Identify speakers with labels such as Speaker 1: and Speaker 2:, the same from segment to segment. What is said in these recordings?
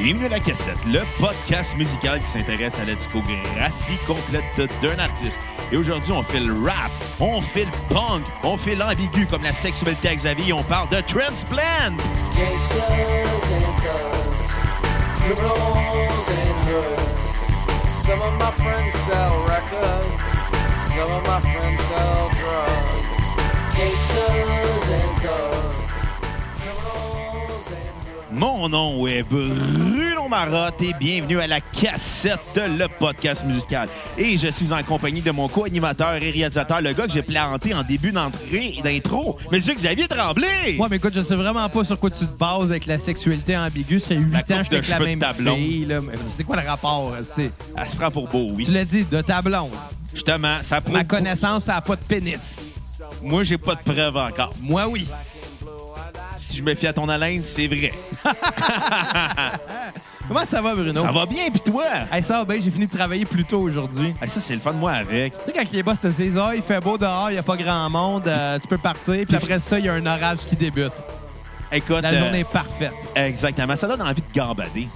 Speaker 1: Bienvenue à la cassette, le podcast musical qui s'intéresse à la discographie complète d'un artiste. Et aujourd'hui, on fait le rap, on fait le punk, on fait l'ambigu comme la sexualité à Xavier, et on parle de transplant.
Speaker 2: Gangsters and thugs, criminals and hoods. Some of my friends sell records, some of my friends sell drugs. Gangsters and thugs, criminals and hoods.
Speaker 1: Mon nom est Bruno Marotte et bienvenue à la cassette, le podcast musical. Et je suis en compagnie de mon co-animateur et réalisateur, le gars que j'ai planté en début d'entrée d'intro, Monsieur Xavier Tremblay.
Speaker 3: Ouais, mais écoute, je sais vraiment pas sur quoi tu te bases avec la sexualité ambiguë. Ça fait 8
Speaker 1: La
Speaker 3: ans que
Speaker 1: coupe
Speaker 3: j'étais
Speaker 1: de
Speaker 3: avec la
Speaker 1: cheveux de
Speaker 3: même
Speaker 1: ta blonde.
Speaker 3: fille. Là. Mais C'est quoi le rapport? là, tu sais?
Speaker 1: Elle se prend pour beau,
Speaker 3: Tu
Speaker 1: oui.
Speaker 3: l'as dit, de ta blonde.
Speaker 1: Justement, ça prouve.
Speaker 3: Ma connaissance, ça n'a pas de pénis.
Speaker 1: Moi, j'ai pas de preuves encore.
Speaker 3: Moi, oui.
Speaker 1: Si je me fie à ton haleine, c'est vrai.
Speaker 3: Comment ça va, Bruno?
Speaker 1: Ça va bien, pis toi?
Speaker 3: Hey, ça va bien, j'ai fini de travailler plus tôt aujourd'hui.
Speaker 1: Hey, ça, c'est le fun, moi, avec.
Speaker 3: Tu sais, quand les boss te disent, Ah, il fait beau dehors, il n'y a pas grand monde, euh, tu peux partir, puis après ça, il y a un orage qui débute.
Speaker 1: Écoute,
Speaker 3: La
Speaker 1: euh,
Speaker 3: journée est parfaite.
Speaker 1: exactement. Ça donne envie de gambader.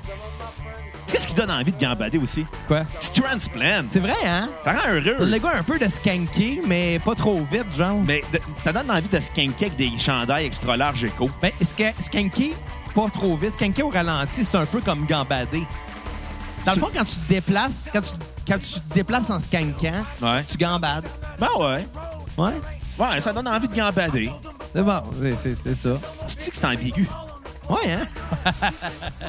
Speaker 1: Qu'est-ce qui donne envie de gambader aussi?
Speaker 3: Quoi?
Speaker 1: Petit transplant.
Speaker 3: C'est vrai, hein?
Speaker 1: Ça rend
Speaker 3: T'as
Speaker 1: heureux.
Speaker 3: le gars un peu de skanky, mais pas trop vite, genre.
Speaker 1: Mais de- ça donne envie de skanker avec des chandails extra larges éco.
Speaker 3: Ben, ska- skanker, pas trop vite. Skanker au ralenti, c'est un peu comme gambader. Dans le fond, quand tu te déplaces, quand tu, quand tu te déplaces en skankant,
Speaker 1: Ouais.
Speaker 3: tu gambades.
Speaker 1: Ben ouais.
Speaker 3: Ouais.
Speaker 1: Ouais, ça donne envie de gambader.
Speaker 3: C'est bon, c'est- c'est c'est ça.
Speaker 1: Tu sais que c'est ambigu.
Speaker 3: Ouais, hein?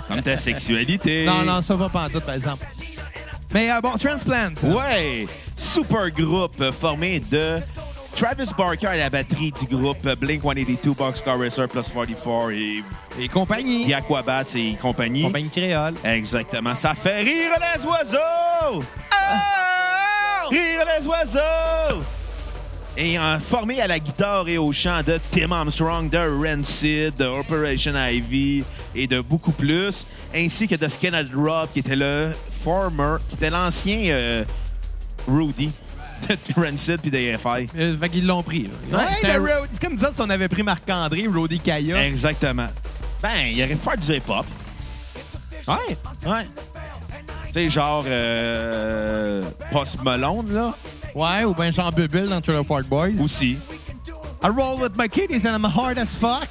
Speaker 1: Comme ta sexualité.
Speaker 3: Non, non, ça va pas en tout, par exemple. Mais euh, bon, Transplant.
Speaker 1: Ouais! Super groupe euh, formé de Travis Barker à la batterie du groupe euh, Blink-182, Boxcar Racer plus 44 et,
Speaker 3: Et compagnie.
Speaker 1: et Aquabats et compagnie.
Speaker 3: Compagnie créole.
Speaker 1: Exactement. Ça fait rire les oiseaux! Ah! Rire les oiseaux! Et euh, formé à la guitare et au chant de Tim Armstrong, de Rancid, de Operation Ivy et de beaucoup plus, ainsi que de Skinhead Rob, qui était le former, qui était l'ancien euh, Rudy de Rancid puis des FI.
Speaker 3: Euh, fait qu'ils l'ont pris. là.
Speaker 1: Ouais,
Speaker 3: C'était
Speaker 1: le
Speaker 3: un- c'est comme nous autres, si on avait pris Marc-André, Roddy Kaya.
Speaker 1: Exactement. Ben, il aurait pu faire du hip-hop.
Speaker 3: Ouais.
Speaker 1: Ouais. Tu sais, genre euh, Post Malone, là.
Speaker 3: Ouais, ou ben Jean Bubule dans Trailer Park Boys.
Speaker 1: Aussi.
Speaker 3: I roll with my kiddies and I'm hard as fuck.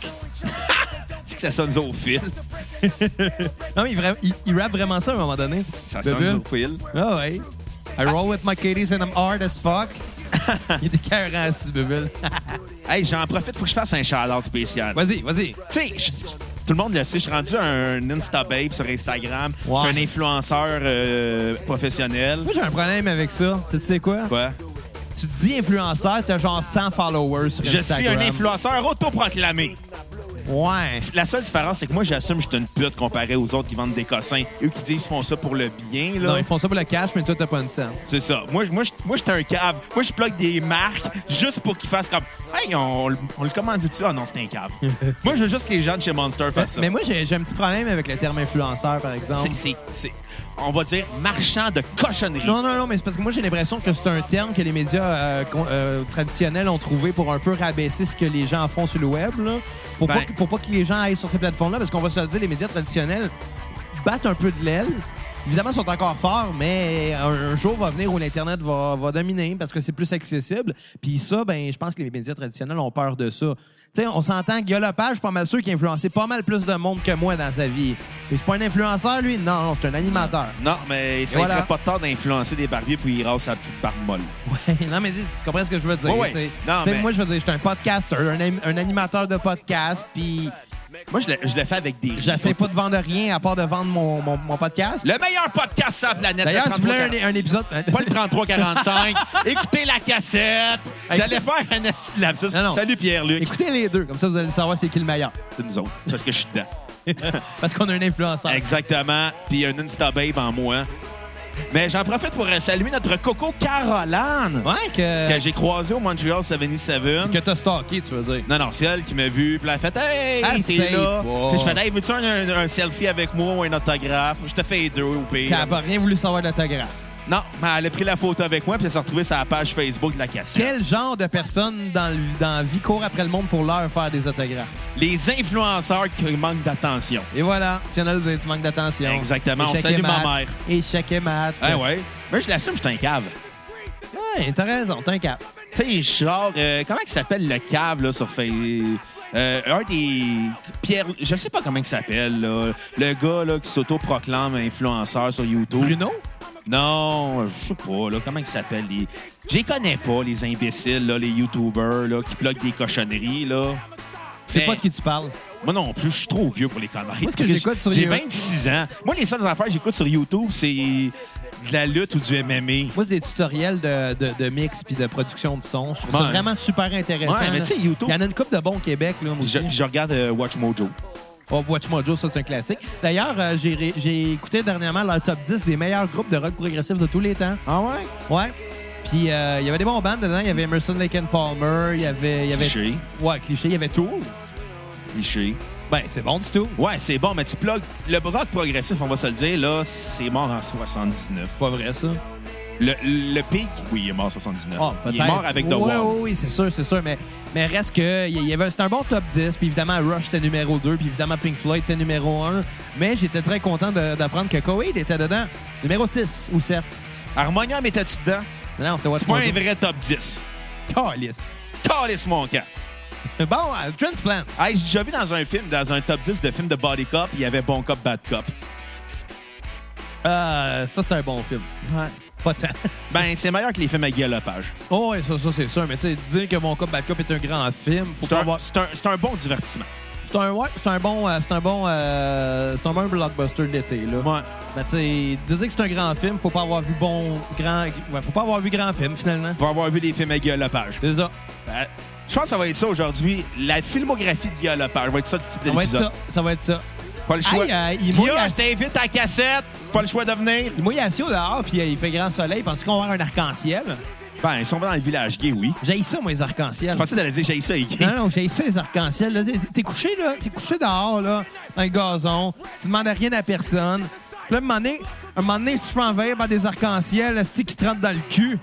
Speaker 1: C'est que ça sonne au fil.
Speaker 3: Non, mais il, vra- il- il rappe vraiment ça à un moment donné.
Speaker 1: Ça
Speaker 3: Bubule.
Speaker 1: sonne au fil.
Speaker 3: Ah ouais. I roll with my kiddies and I'm hard as fuck. il était carré ce bubule.
Speaker 1: Hey, j'en profite, faut que je fasse un shout-out spécial.
Speaker 3: vas-y, vas-y.
Speaker 1: Tu sais, je- tout le monde le sait, je suis rendu un Insta Babe sur Instagram.
Speaker 3: Ouais.
Speaker 1: Je suis un influenceur euh, professionnel.
Speaker 3: Moi, j'ai un problème avec ça. Tu sais quoi?
Speaker 1: Quoi?
Speaker 3: Tu te dis influenceur, t'as genre 100 followers sur
Speaker 1: Je suis un
Speaker 3: Instagram.
Speaker 1: influenceur autoproclamé.
Speaker 3: Ouais.
Speaker 1: La seule différence, c'est que moi, j'assume que je suis une pute comparée aux autres qui vendent des cossins. Eux qui disent qu'ils font ça pour le bien, là.
Speaker 3: Non, ils font ça pour le cash, mais toi, t'as pas une scène.
Speaker 1: C'est ça. Moi, je- moi, je- moi j'étais un cave. Moi, je plug des marques juste pour qu'ils fassent comme Hey, on, le- on le commande ça? Ah non, c'est un cave. moi, je veux juste que les gens de chez Monster fassent ça.
Speaker 3: Mais moi, j'ai j'ai un petit problème avec le terme influenceur, par exemple.
Speaker 1: C'est- c'est- c'est- on va dire marchand de cochonnerie.
Speaker 3: Non, non, non, mais c'est parce que moi, j'ai l'impression que c'est un terme que les médias euh, con- euh, traditionnels ont trouvé pour un peu rabaisser ce que les gens font sur le web, là, pour,
Speaker 1: Ben-
Speaker 3: pas, que- pour pas que les gens aillent sur ces plateformes-là, parce qu'on va se le dire, les médias traditionnels battent un peu de l'aile. Évidemment, ils sont encore forts, mais un, un jour va venir où l'Internet va, va dominer parce que c'est plus accessible. Puis ça, ben, je pense que les médias traditionnels ont peur de ça. Tu sais, on s'entend que Lopage, je suis pas mal sûr qu'il a influencé pas mal plus de monde que moi dans sa vie. Mais c'est pas un influenceur, lui? Non, non, c'est un animateur.
Speaker 1: Non, mais ça
Speaker 3: Et
Speaker 1: ne
Speaker 3: voilà.
Speaker 1: ferait pas tard d'influencer des barbiers puis ils rasent sa petite barbe molle.
Speaker 3: Ouais, non, mais dis- tu comprends ce que je veux dire.
Speaker 1: Ouais, ouais.
Speaker 3: tu sais.
Speaker 1: Non,
Speaker 3: Tu sais,
Speaker 1: mais-
Speaker 3: Moi, je veux dire, je suis un podcaster, un, anim- un animateur de podcast, puis
Speaker 1: Moi, je le, je le fais avec des.
Speaker 3: j'essaie pas de vendre rien à part de vendre mon, mon, mon podcast.
Speaker 1: Le meilleur podcast sur la planète.
Speaker 3: D'ailleurs,
Speaker 1: le
Speaker 3: si vous voulez
Speaker 1: 33,
Speaker 3: un, un épisode...
Speaker 1: Pas le 3345. Écoutez la cassette.
Speaker 3: Hey,
Speaker 1: J'allais
Speaker 3: écoute-
Speaker 1: faire un esti de lapsus.
Speaker 3: Non, non.
Speaker 1: Salut Pierre-Luc.
Speaker 3: Écoutez les deux, comme ça, vous allez savoir c'est qui le meilleur.
Speaker 1: C'est nous autres, parce que je suis dedans.
Speaker 3: Parce qu'on a un influenceur.
Speaker 1: Exactement. Puis un Insta Babe en moi. Mais j'en profite pour euh, saluer notre Coco Caroline,
Speaker 3: Ouais, que...
Speaker 1: que j'ai croisée au Montreal 77.
Speaker 3: Que t'as stalké, tu veux dire.
Speaker 1: Non, non, c'est elle qui m'a vu. Puis elle a fait Hey,
Speaker 3: Ah,
Speaker 1: t'es
Speaker 3: c'est
Speaker 1: là.
Speaker 3: pas.
Speaker 1: Puis je fais Hey, veux-tu un, un- un selfie avec moi ou un autographe Je te fais les deux au
Speaker 3: Qu'elle n'a
Speaker 1: pire.
Speaker 3: pas rien voulu savoir de l'autographe.
Speaker 1: Non, mais elle a pris la photo avec moi puis elle s'est retrouvée sur la page Facebook de la cassette.
Speaker 3: Quel genre de personne dans, le- dans la vie court après le monde pour leur faire des autographes?
Speaker 1: Les influenceurs qui manquent d'attention.
Speaker 3: Et voilà, tu en as le- tu manques d'attention.
Speaker 1: Exactement, on
Speaker 3: Échec
Speaker 1: salue
Speaker 3: et
Speaker 1: ma
Speaker 3: mat.
Speaker 1: mère.
Speaker 3: Échec et mat.
Speaker 1: Ah ouais. Mais je l'assume, je suis un cave.
Speaker 3: Ouais, t'as raison, t'as un cap.
Speaker 1: Tu sais, genre, euh, comment il s'appelle le cave là, sur Facebook? un des. Pierre. Je sais pas comment il s'appelle, là. Le gars là, qui s'auto-proclame influenceur sur YouTube.
Speaker 3: Bruno?
Speaker 1: Non, je sais pas, là, comment ils s'appellent les. Je les connais pas, les imbéciles, là, les youtubeurs là, qui pluguent des cochonneries, là.
Speaker 3: Je sais
Speaker 1: Mais
Speaker 3: pas de qui tu parles.
Speaker 1: Moi non plus, je suis trop vieux pour les connaître.
Speaker 3: Moi, ce que j'écoute sur
Speaker 1: J'ai
Speaker 3: les-
Speaker 1: 26 ans. Moi, les seules affaires que j'écoute sur YouTube, c'est de la lutte ou du MMA.
Speaker 3: Moi, c'est des tutoriels de, de, de mix puis de production de son. Je trouve
Speaker 1: Ouais.
Speaker 3: ça vraiment super intéressant.
Speaker 1: Ouais, mais
Speaker 3: là.
Speaker 1: tu sais, YouTube-
Speaker 3: Il y en a une coupe de bons au Québec, là, moi
Speaker 1: Je,
Speaker 3: aussi.
Speaker 1: puis je regarde euh, Watch Mojo.
Speaker 3: Oh, Watch Mojo, ça, c'est un classique. D'ailleurs, euh, j'ai ré- j'ai écouté dernièrement leur top 10 des meilleurs groupes de rock progressif de tous les temps.
Speaker 1: Ah ouais?
Speaker 3: Ouais. Puis, euh, il y avait des bons bands dedans. Il y avait Emerson, Lake and Palmer. Il y avait... il Y avait...
Speaker 1: Cliché.
Speaker 3: Ouais, cliché. Il y avait Tool.
Speaker 1: Cliché.
Speaker 3: Ben, c'est bon du tout.
Speaker 1: Ouais, c'est bon, mais tu plugues. Le rock progressif, on va se le dire, là, c'est mort en 79.
Speaker 3: Pas vrai, ça.
Speaker 1: Le, le pic, oui, il est mort en 79.
Speaker 3: Ah,
Speaker 1: il est mort avec The
Speaker 3: oui,
Speaker 1: Wall.
Speaker 3: Oui, oui, c'est sûr, c'est sûr. Mais, mais reste que il y avait, c'était un bon top 10. Puis évidemment, Rush était numéro 2. Puis évidemment, Pink Floyd était numéro 1. Mais j'étais très content de- d'apprendre que Coheed était dedans. Numéro 6 ou 7.
Speaker 1: Harmonium était-tu dedans?
Speaker 3: Non, non, c'était Watch
Speaker 1: C'est pas un
Speaker 3: Mojo.
Speaker 1: vrai top 10.
Speaker 3: Calice.
Speaker 1: Calisse mon camp.
Speaker 3: Bon, euh, Transplant.
Speaker 1: Hey, j'ai déjà vu dans un film, dans un top 10 de films de Body Cop, il y avait Bon Cop, Bad Cop.
Speaker 3: Euh, ça, c'est un bon film.
Speaker 1: Ouais.
Speaker 3: Pas tant.
Speaker 1: Ben, c'est meilleur que les films à Guy Lepage.
Speaker 3: Oh, oui, ça, ça c'est sûr. Mais tu sais, dire que Mon Cop Bad Cop est un grand film, faut
Speaker 1: C'est un,
Speaker 3: avoir.
Speaker 1: c'est un- c'est un bon divertissement.
Speaker 3: C'est un, ouais, c'est un bon. euh, c'est un bon. euh, c'est un bon blockbuster d'été, là.
Speaker 1: Ouais.
Speaker 3: Ben, tu sais, dire que c'est un grand film, faut pas avoir vu bon grand. ouais, faut pas avoir vu grand film, finalement.
Speaker 1: Pour avoir vu les films à Guy Lepage.
Speaker 3: C'est ça.
Speaker 1: Ben, je pense que ça va être ça aujourd'hui. La filmographie de Guy Lepage va être ça le titre de
Speaker 3: Ça va être
Speaker 1: l'épisode.
Speaker 3: ça. Ça va être ça.
Speaker 1: Pas le choix.
Speaker 3: Hey, euh, il
Speaker 1: Guillaume,
Speaker 3: mouille à-
Speaker 1: je t'invite à cassette. Pas le choix de venir.
Speaker 3: Moi, il y a Sio dehors, puis euh, il fait grand soleil. Penses-tu qu'on va avoir un arc-en-ciel?
Speaker 1: Ben, si on va dans le village gay, oui.
Speaker 3: J'ai ça, moi, les arc-en-ciel.
Speaker 1: Je pensais d'aller dire j'ai ça les gays.
Speaker 3: Non, non, j'ai ça, les arc-en-ciel. là. T'es- T'es couché, là. T'es couché dehors, là, dans le gazon. Tu demandes rien à personne. Puis là, un moment donné, un moment donné, tu te fais envahir par des arc-en-ciel, là, c'est-tu qui te rentre dans le cul.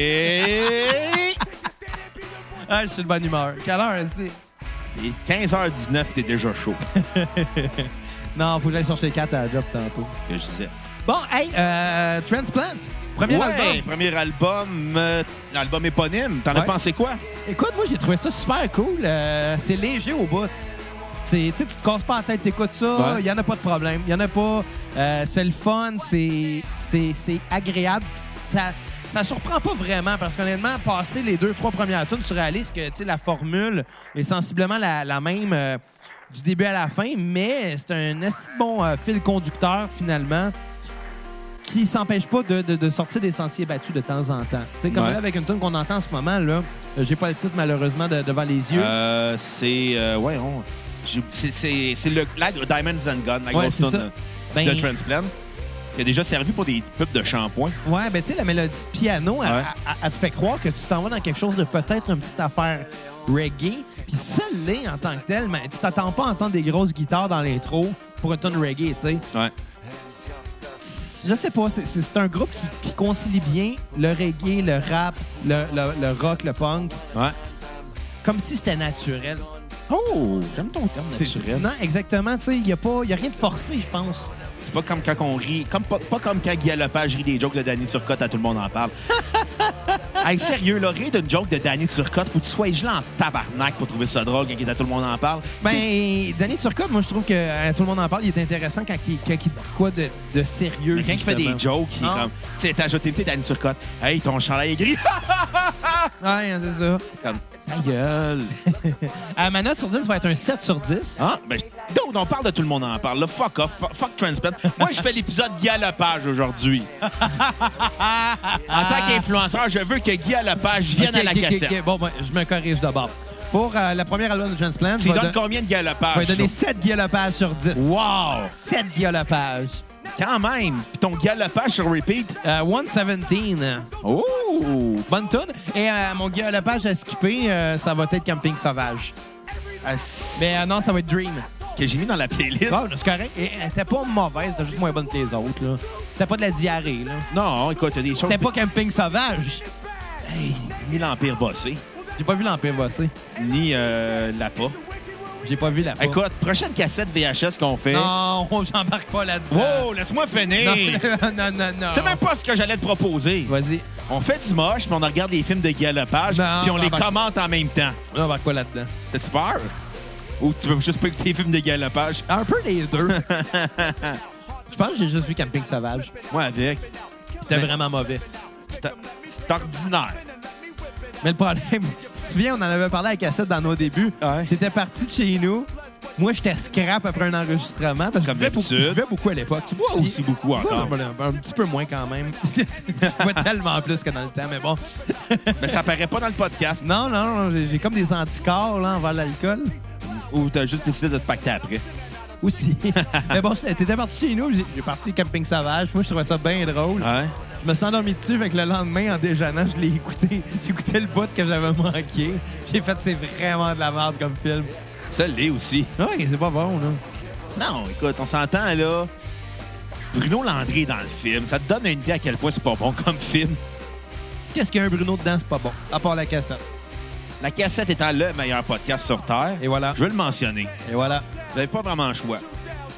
Speaker 1: OK.
Speaker 3: Ah, je suis de bonne humeur. Quelle heure, est-ce
Speaker 1: Et 15h19, t'es déjà chaud.
Speaker 3: Non, faut que j'aille chercher 4 à la job tantôt.
Speaker 1: Que je disais.
Speaker 3: Bon, hey, euh, Transplant, premier
Speaker 1: ouais,
Speaker 3: album.
Speaker 1: premier album, euh, l'album éponyme. T'en as
Speaker 3: Ouais.
Speaker 1: pensé quoi?
Speaker 3: Écoute, moi, j'ai trouvé ça super cool. Euh, c'est léger au bout. C'est- Tu sais, tu te casses pas la tête, t'écoutes ça,
Speaker 1: Ouais.
Speaker 3: il y en a pas de problème. Il y en a pas. Euh, c'est le fun, c'est c'est- c'est agréable. Ça, ça surprend pas vraiment parce qu'honnêtement, passer les deux, trois premières tunes, tu réalises que tu sais, la formule est sensiblement la, la même euh, du début à la fin, mais c'est un assez bon euh, fil conducteur finalement qui s'empêche pas de, de- de sortir des sentiers battus de temps en temps. Tu sais, comme
Speaker 1: Ouais.
Speaker 3: là, avec une tune qu'on entend en ce moment, là, euh, j'ai pas le titre malheureusement de- devant les yeux.
Speaker 1: Euh, c'est. euh, ouais, on. j'ai- c'est- C'est c'est le la Diamonds and Gun, la
Speaker 3: Ouais,
Speaker 1: grosse
Speaker 3: c'est
Speaker 1: tune,
Speaker 3: ça.
Speaker 1: euh,
Speaker 3: Ben-
Speaker 1: de Transplant, qui a déjà servi pour des pubs de shampoing.
Speaker 3: Ouais, ben tu sais, la mélodie de piano, elle,
Speaker 1: Ouais.
Speaker 3: elle- elle te fait croire que tu t'en vas dans quelque chose de peut-être une petite affaire reggae. Puis ça l'est en tant que tel, mais tu t'attends pas à entendre des grosses guitares dans l'intro pour une tonne reggae, tu sais.
Speaker 1: Ouais.
Speaker 3: Je sais pas, c'est- c'est c'est un groupe qui, qui concilie bien le reggae, le rap, le, le- le rock, le punk,
Speaker 1: Ouais.
Speaker 3: comme si c'était naturel.
Speaker 1: Oh, j'aime ton terme
Speaker 3: Non, exactement, tu sais, il n'y a, pas- y a rien de forcé, je pense.
Speaker 1: C'est pas comme quand on rit, comme, pas, pas comme quand Guy Lepage rit des jokes de Danny Turcotte à tout le monde en parle. hey, sérieux, là, rire d'une joke de Danny Turcotte, faut que tu sois gelé en tabarnak pour trouver ça drôle quand à tout le monde en parle. T'sais,
Speaker 3: Ben, Danny Turcotte, moi, je trouve que euh, tout le monde en parle, il est intéressant quand il, quand il dit quoi de, de sérieux.
Speaker 1: Mais quand il fait
Speaker 3: Ben, justement.
Speaker 1: des jokes, il est
Speaker 3: Ah.
Speaker 1: comme. Tu sais, t'as ajouté une petite Danny Turcotte. Hey, ton chandail est gris.
Speaker 3: Ouais, hein, c'est ça.
Speaker 1: comme, ta gueule.
Speaker 3: Euh, ma note sur 10 va être un 7 sur 10.
Speaker 1: Hein? Ben, je- donc, on parle de tout le monde en parle. là. Fuck off. fu- Fuck Transplant. Moi, je fais l'épisode Guy Lepage aujourd'hui. en tant qu'influenceur, je veux que Guy Lepage vienne
Speaker 3: Ok,
Speaker 1: à la
Speaker 3: ok, ok,
Speaker 1: cassette.
Speaker 3: ok. Bon, ben, je me corrige d'abord. Pour euh, le premier album de Transplant, je
Speaker 1: Tu lui
Speaker 3: vais
Speaker 1: donnes
Speaker 3: don-
Speaker 1: combien de Guy Lepage?
Speaker 3: je vais donner 7 guillopages sur 10.
Speaker 1: Wow!
Speaker 3: 7 guillopages.
Speaker 1: Quand même! Puis ton Guy Lepage sur repeat.
Speaker 3: Euh, 117.
Speaker 1: Oh!
Speaker 3: Bonne tune. Et euh, mon guillopage à skipper, euh, ça va être Camping Sauvage.
Speaker 1: Ah, c-
Speaker 3: Mais euh, non, ça va être Dream.
Speaker 1: que j'ai mis dans la playlist.
Speaker 3: Bon, c'est correct. Et Elle était pas mauvaise, c'était juste moins bonne que les autres. là. C'était pas de la diarrhée. là.
Speaker 1: Non, écoute, il y a des choses.
Speaker 3: C'était pas camping sauvage.
Speaker 1: Hey, ni l'Empire bossé,
Speaker 3: J'ai pas vu l'Empire bosser.
Speaker 1: ni euh, l'APA.
Speaker 3: J'ai pas vu la pomme.
Speaker 1: Écoute, prochaine cassette VHS qu'on fait.
Speaker 3: Non, j'embarque pas là-dedans.
Speaker 1: Wow, laisse-moi finir.
Speaker 3: Non, non, non, non.
Speaker 1: C'est même pas ce que j'allais te proposer.
Speaker 3: Vas-y,
Speaker 1: On fait du moche, puis on regarde des films de galopage,
Speaker 3: Non,
Speaker 1: puis on
Speaker 3: non,
Speaker 1: les
Speaker 3: ben-
Speaker 1: commente en même temps.
Speaker 3: j'embarque pas là-dedans.
Speaker 1: T'as-tu peur? Ou tu veux juste pas écouter des films de galopage?
Speaker 3: Un peu les deux. Je pense que j'ai juste vu Camping Sauvage.
Speaker 1: Moi, avec.
Speaker 3: C'était
Speaker 1: Mais-
Speaker 3: vraiment mauvais.
Speaker 1: C'est c'est ordinaire.
Speaker 3: Mais le problème, tu te souviens, on en avait parlé à la cassette dans nos débuts.
Speaker 1: Ouais.
Speaker 3: T'étais parti de chez nous. Moi, j'étais scrap après un enregistrement parce que
Speaker 1: Comme
Speaker 3: je buvais beaucoup-
Speaker 1: d'habitude.
Speaker 3: je buvais beaucoup à l'époque. Tu bois
Speaker 1: aussi beaucoup encore.
Speaker 3: Un, un petit peu moins quand même. je bois tellement plus que dans le temps, mais bon.
Speaker 1: Mais ça paraît pas dans le podcast.
Speaker 3: Non, non, non, j'ai- j'ai comme des anticorps là, envers l'alcool.
Speaker 1: Ou t'as juste décidé de te pacter après.
Speaker 3: Aussi. mais bon, t'étais parti chez nous, puis j'ai- j'ai parti camping sauvage. Moi, je trouvais ça bien drôle.
Speaker 1: Ouais.
Speaker 3: Je me suis endormi dessus, fait que le lendemain, en déjeunant, je l'ai écouté. J'écoutais le bout que j'avais manqué. J'ai fait, c'est vraiment de la merde comme film.
Speaker 1: Ça l'est aussi.
Speaker 3: Ouais, c'est pas bon, là.
Speaker 1: Non, écoute, on s'entend là. Bruno Landry est dans le film. Ça te donne une idée à quel point c'est pas bon comme film.
Speaker 3: Qu'est-ce qu'il y a un Bruno dedans, c'est pas bon. À part la cassette.
Speaker 1: La cassette étant le meilleur podcast sur Terre.
Speaker 3: Et voilà.
Speaker 1: Je veux le mentionner.
Speaker 3: Et voilà.
Speaker 1: Vous n'avez pas vraiment le choix.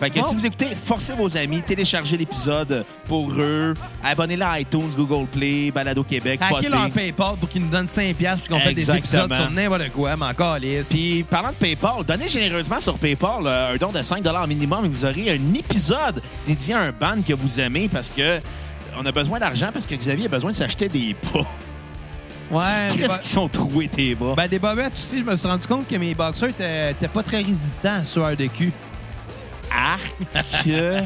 Speaker 1: Fait que
Speaker 3: Non.
Speaker 1: si vous écoutez, forcez vos amis, téléchargez l'épisode pour eux, abonnez-la à iTunes, Google Play, Balado Québec,
Speaker 3: Hacker leur
Speaker 1: Podbean.
Speaker 3: PayPal pour qu'ils nous donnent 5$ puis qu'on fait des
Speaker 1: Exactement.
Speaker 3: épisodes sur n'importe quoi, mais encore lisse.
Speaker 1: Puis, parlant de PayPal, donnez généreusement sur PayPal euh, un don de 5 minimum et vous aurez un épisode dédié à un band que vous aimez parce que on a besoin d'argent parce que Xavier a besoin de s'acheter des pas.
Speaker 3: Ouais,
Speaker 1: Qu'est-ce
Speaker 3: bah-
Speaker 1: qu'ils sont troués tes bras?
Speaker 3: ben, des bobettes aussi, je me suis rendu compte que mes boxeurs étaient étaient pas très résistants sur un de cul. Ben,
Speaker 1: arc. euh,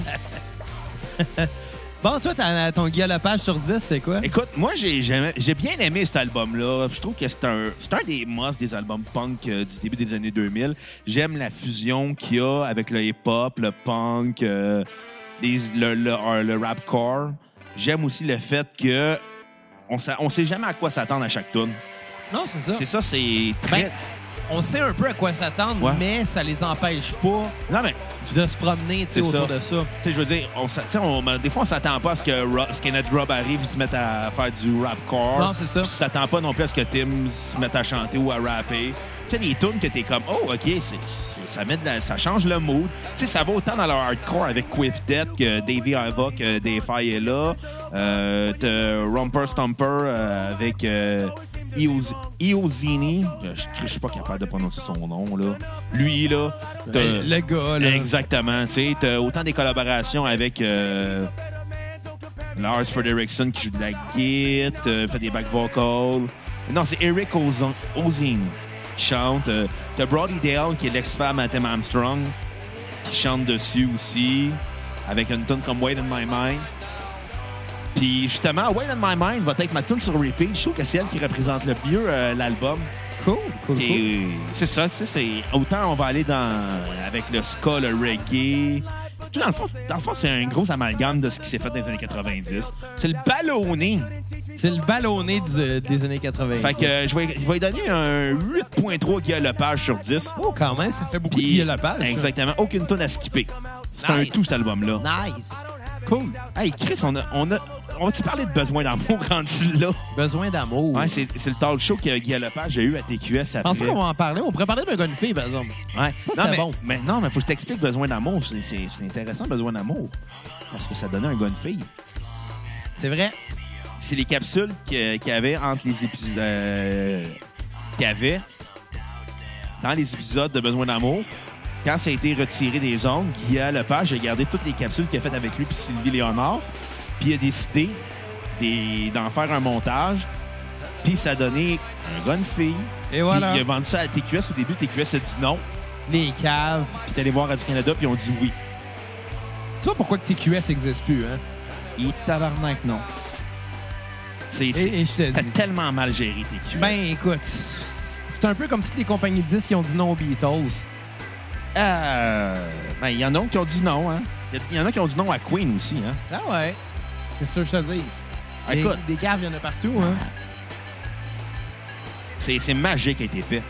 Speaker 3: Bon, toi, t'as- ton Guy Lepage sur 10, c'est quoi?
Speaker 1: Écoute, moi, j'ai jamais- j'ai bien aimé cet album-là. Je trouve que c'est un, c'est un des must des albums punk euh, du début des années 2000. J'aime la fusion qu'il y a avec le hip-hop, le punk, euh, les- le, le, euh, le rapcore. J'aime aussi le fait que on sa- on sait jamais à quoi s'attendre à chaque tune.
Speaker 3: Non, c'est ça.
Speaker 1: C'est ça, c'est très...
Speaker 3: Ben, on sait un peu à quoi s'attendre,
Speaker 1: Ouais.
Speaker 3: mais ça les empêche pas
Speaker 1: non, mais
Speaker 3: de se promener tu
Speaker 1: C'est
Speaker 3: sais,
Speaker 1: ça.
Speaker 3: autour de ça.
Speaker 1: Tu sais, je veux dire, on, s'a- tu sais, on- ben, des fois, on s'attend pas à ce que Ro- Skinhead Rob arrive et se mette à faire du rapcore.
Speaker 3: Non, c'est ça.
Speaker 1: Puis On s'attend pas non plus à ce que Tim se mette à chanter ou à rapper. Tu sais, des tunes que t'es comme, oh, OK, c'est- c'est- ça, met de la- ça change le mood. Tu sais, ça va autant dans leur hardcore avec Quiff Death que Davey Iva, que Defy est là. Euh, t'as Romper Stomper euh, avec euh, Io- Iozini. Euh, Je je suis pas capable de prononcer son nom, là. Lui, là. t'as-
Speaker 3: Le- Ben, le gars, là.
Speaker 1: Exactement. Tu sais, t'as autant des collaborations avec euh, Lars Fredrickson qui joue de la guitare, euh, fait des back vocals. Non, c'est Eric Ozon- Ozing qui chante. Euh, t'as Brody Dale qui est l'ex-femme à Tim Armstrong qui chante dessus aussi avec une tune comme Wait in My Mind. Puis justement, Wait in My Mind va être ma tune sur repeat. Je trouve que c'est elle qui représente le mieux euh, l'album.
Speaker 3: Cool, cool, cool.
Speaker 1: Et, euh, c'est ça, tu sais, c'est- autant on va aller dans avec le ska, le reggae. Tout dans le fond, dans le fond, c'est un gros amalgame de ce qui s'est fait dans les années 90. C'est le ballonné.
Speaker 3: C'est le ballonné du- des années 80.
Speaker 1: euh, Fait que euh, je vais, je vais lui donner un 8.3 Guy Lepage sur 10.
Speaker 3: Oh, quand même, ça fait beaucoup
Speaker 1: Puis-
Speaker 3: de Guy Lepage. ça.
Speaker 1: Exactement. Aucune tonne à skipper. C'est un
Speaker 3: Nice.
Speaker 1: tout, cet album-là.
Speaker 3: Nice. Cool.
Speaker 1: Hey, Chris, on a... On a on va-tu parler de besoin d'amour rendu là?
Speaker 3: Besoin d'amour.
Speaker 1: Ouais, c'est c'est le talk show que Guy Lepage a eu à TQS
Speaker 3: Je pense
Speaker 1: après.
Speaker 3: pas qu'on va en parler. On pourrait parler d'un gars de fille, par exemple.
Speaker 1: Ouais.
Speaker 3: Ça, c'était
Speaker 1: mais,
Speaker 3: bon.
Speaker 1: mais non, mais faut que je t'explique Besoin d'amour. C'est- C'est c'est intéressant, Besoin d'amour. Parce que ça donnait un gars une fille.
Speaker 3: C'est vrai.
Speaker 1: C'est les capsules que- qu'il y avait entre les épisodes. euh, qu'il y avait dans les épisodes de Besoin d'amour. Quand ça a été retiré des ondes, Guillaume Lepage a gardé toutes les capsules qu'il a faites avec lui puis Sylvie Léonard. Puis il a décidé des- d'en faire un montage. Puis ça a donné un gars une fille.
Speaker 3: Et voilà.
Speaker 1: Puis il a vendu ça à TQS. Au début, TQS a dit non.
Speaker 3: Les caves.
Speaker 1: Puis t'es allé voir Radio-Canada, puis ils ont dit oui.
Speaker 3: Tu vois pourquoi que TQS n'existe plus, hein?
Speaker 1: Et tabarnak, non. C'est
Speaker 3: Et,
Speaker 1: c'est-
Speaker 3: et je te
Speaker 1: t'as
Speaker 3: dis.
Speaker 1: tellement mal géré tes cuisses.
Speaker 3: Ben, écoute, c'est un peu comme toutes les compagnies de disques qui ont dit non aux Beatles.
Speaker 1: Euh, ben, il y en a qui ont dit non, hein. Il y a- Il y, en a qui ont dit non à Queen aussi, hein.
Speaker 3: Ah ouais. Qu'est-ce que je te dis? Des-
Speaker 1: Écoute.
Speaker 3: Des caves, il y en a partout, hein?
Speaker 1: C'est c'est magique a été fait.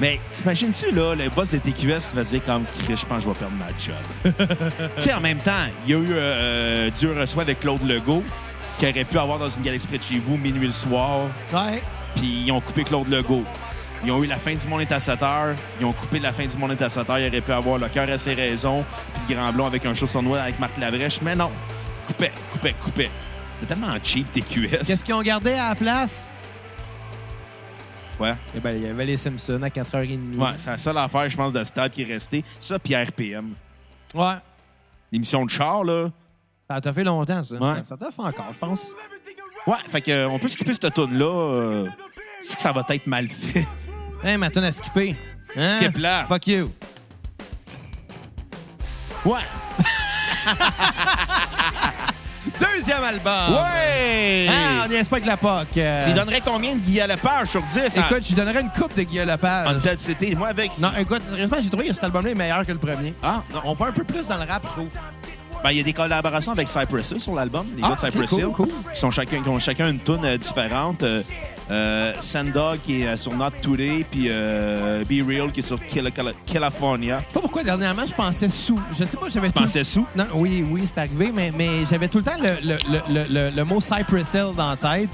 Speaker 1: Mais t'imagines-tu, là, le boss de TQS va dire comme Chris, je pense que je vais perdre ma job. tu sais, en même temps, il y a eu euh, Dieu reçoit de Claude Legault, qui aurait pu avoir dans une galaxie près de chez vous, minuit le soir,
Speaker 3: Ouais.
Speaker 1: puis ils ont coupé Claude Legault. Ils ont eu la fin du monde est à 7 heures, ils ont coupé la fin du monde est à 7 heures, il aurait pu avoir le cœur à ses raisons, puis le grand blond avec un chausson noir avec Marc Labrèche, mais non. Coupait, coupait, coupait. C'est tellement cheap, TQS.
Speaker 3: Qu'est-ce qu'ils ont gardé à la place?
Speaker 1: Ouais.
Speaker 3: Eh ben, il y avait les Simpsons à 4h30.
Speaker 1: Ouais, c'est la seule affaire, je pense, de stade qui est restée. Ça, puis RPM.
Speaker 3: Ouais.
Speaker 1: L'émission de char, là.
Speaker 3: Ça t'a fait longtemps, ça.
Speaker 1: Ouais.
Speaker 3: Ça t'a fait encore, je pense.
Speaker 1: Ouais, fait que, euh, on peut skipper cette toune-là. euh, c'est que ça va être mal fait.
Speaker 3: Hein, ma tonne à skipper. Hein?
Speaker 1: Skip-la.
Speaker 3: Fuck you.
Speaker 1: Ouais.
Speaker 3: Deuxième album.
Speaker 1: Ouais!
Speaker 3: Ah, on n'y est pas avec la POC. Euh,
Speaker 1: Tu lui donnerais combien de Guy à la page sur 10? en-
Speaker 3: Écoute, je lui donnerais une coupe de Guillaume Lepage.
Speaker 1: En tête, c'était moi avec.
Speaker 3: Non, écoute, sérieusement, j'ai trouvé que cet album-là est meilleur que le premier.
Speaker 1: Ah, non.
Speaker 3: On va un peu plus dans le rap, je trouve.
Speaker 1: Ben, il y a des collaborations avec Cypress Hill sur l'album, les
Speaker 3: Ah,
Speaker 1: gars de
Speaker 3: ok,
Speaker 1: Cypress
Speaker 3: cool,
Speaker 1: Hill,
Speaker 3: cool.
Speaker 1: qui, sont chacun, qui ont chacun une tune euh, différente. Euh, euh, Sandog qui est euh, sur Not Today, puis euh, Be Real qui est sur Cali- Cali- California.
Speaker 3: Je sais pas pourquoi, dernièrement, je pensais sous. Je sais pas, j'avais
Speaker 1: Tu
Speaker 3: tout le-
Speaker 1: pensais sous?
Speaker 3: Non, oui, oui, c'est arrivé, mais, mais j'avais tout le temps le, le, le, le, le- le mot Cypress Hill dans la tête.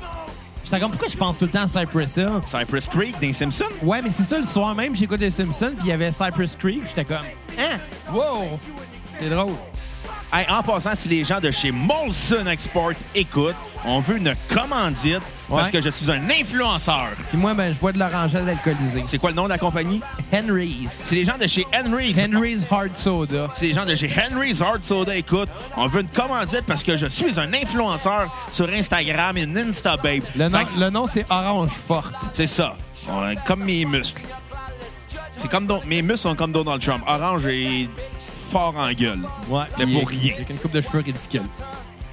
Speaker 3: J'étais comme, pourquoi je pense tout le temps à Cypress Hill?
Speaker 1: Cypress Creek, des Simpsons?
Speaker 3: Ouais, mais c'est ça, le soir même, j'écoute les Simpsons, puis il y avait Cypress Creek, j'étais comme, hein? Wow! C'est drôle.
Speaker 1: Hey, en passant, si les gens de chez Molson Export écoutent, on veut une commandite parce
Speaker 3: Ouais.
Speaker 1: que je suis un influenceur.
Speaker 3: Puis moi, ben, je bois de l'orangeade alcoolisée.
Speaker 1: C'est quoi le nom de la compagnie?
Speaker 3: Henry's.
Speaker 1: C'est les gens de chez Henry's.
Speaker 3: Henry's Hard Soda.
Speaker 1: C'est les gens de chez Henry's Hard Soda écoutent. On veut une commandite parce que je suis un influenceur sur Instagram et une Insta babe.
Speaker 3: Le nom,
Speaker 1: Fait que
Speaker 3: le nom, c'est Orange Forte.
Speaker 1: C'est ça. On- Comme mes muscles. C'est comme Don- mes muscles sont comme Donald Trump. Orange est fort en gueule. mais
Speaker 3: puis
Speaker 1: pour rien.
Speaker 3: Avec une coupe de cheveux ridicule.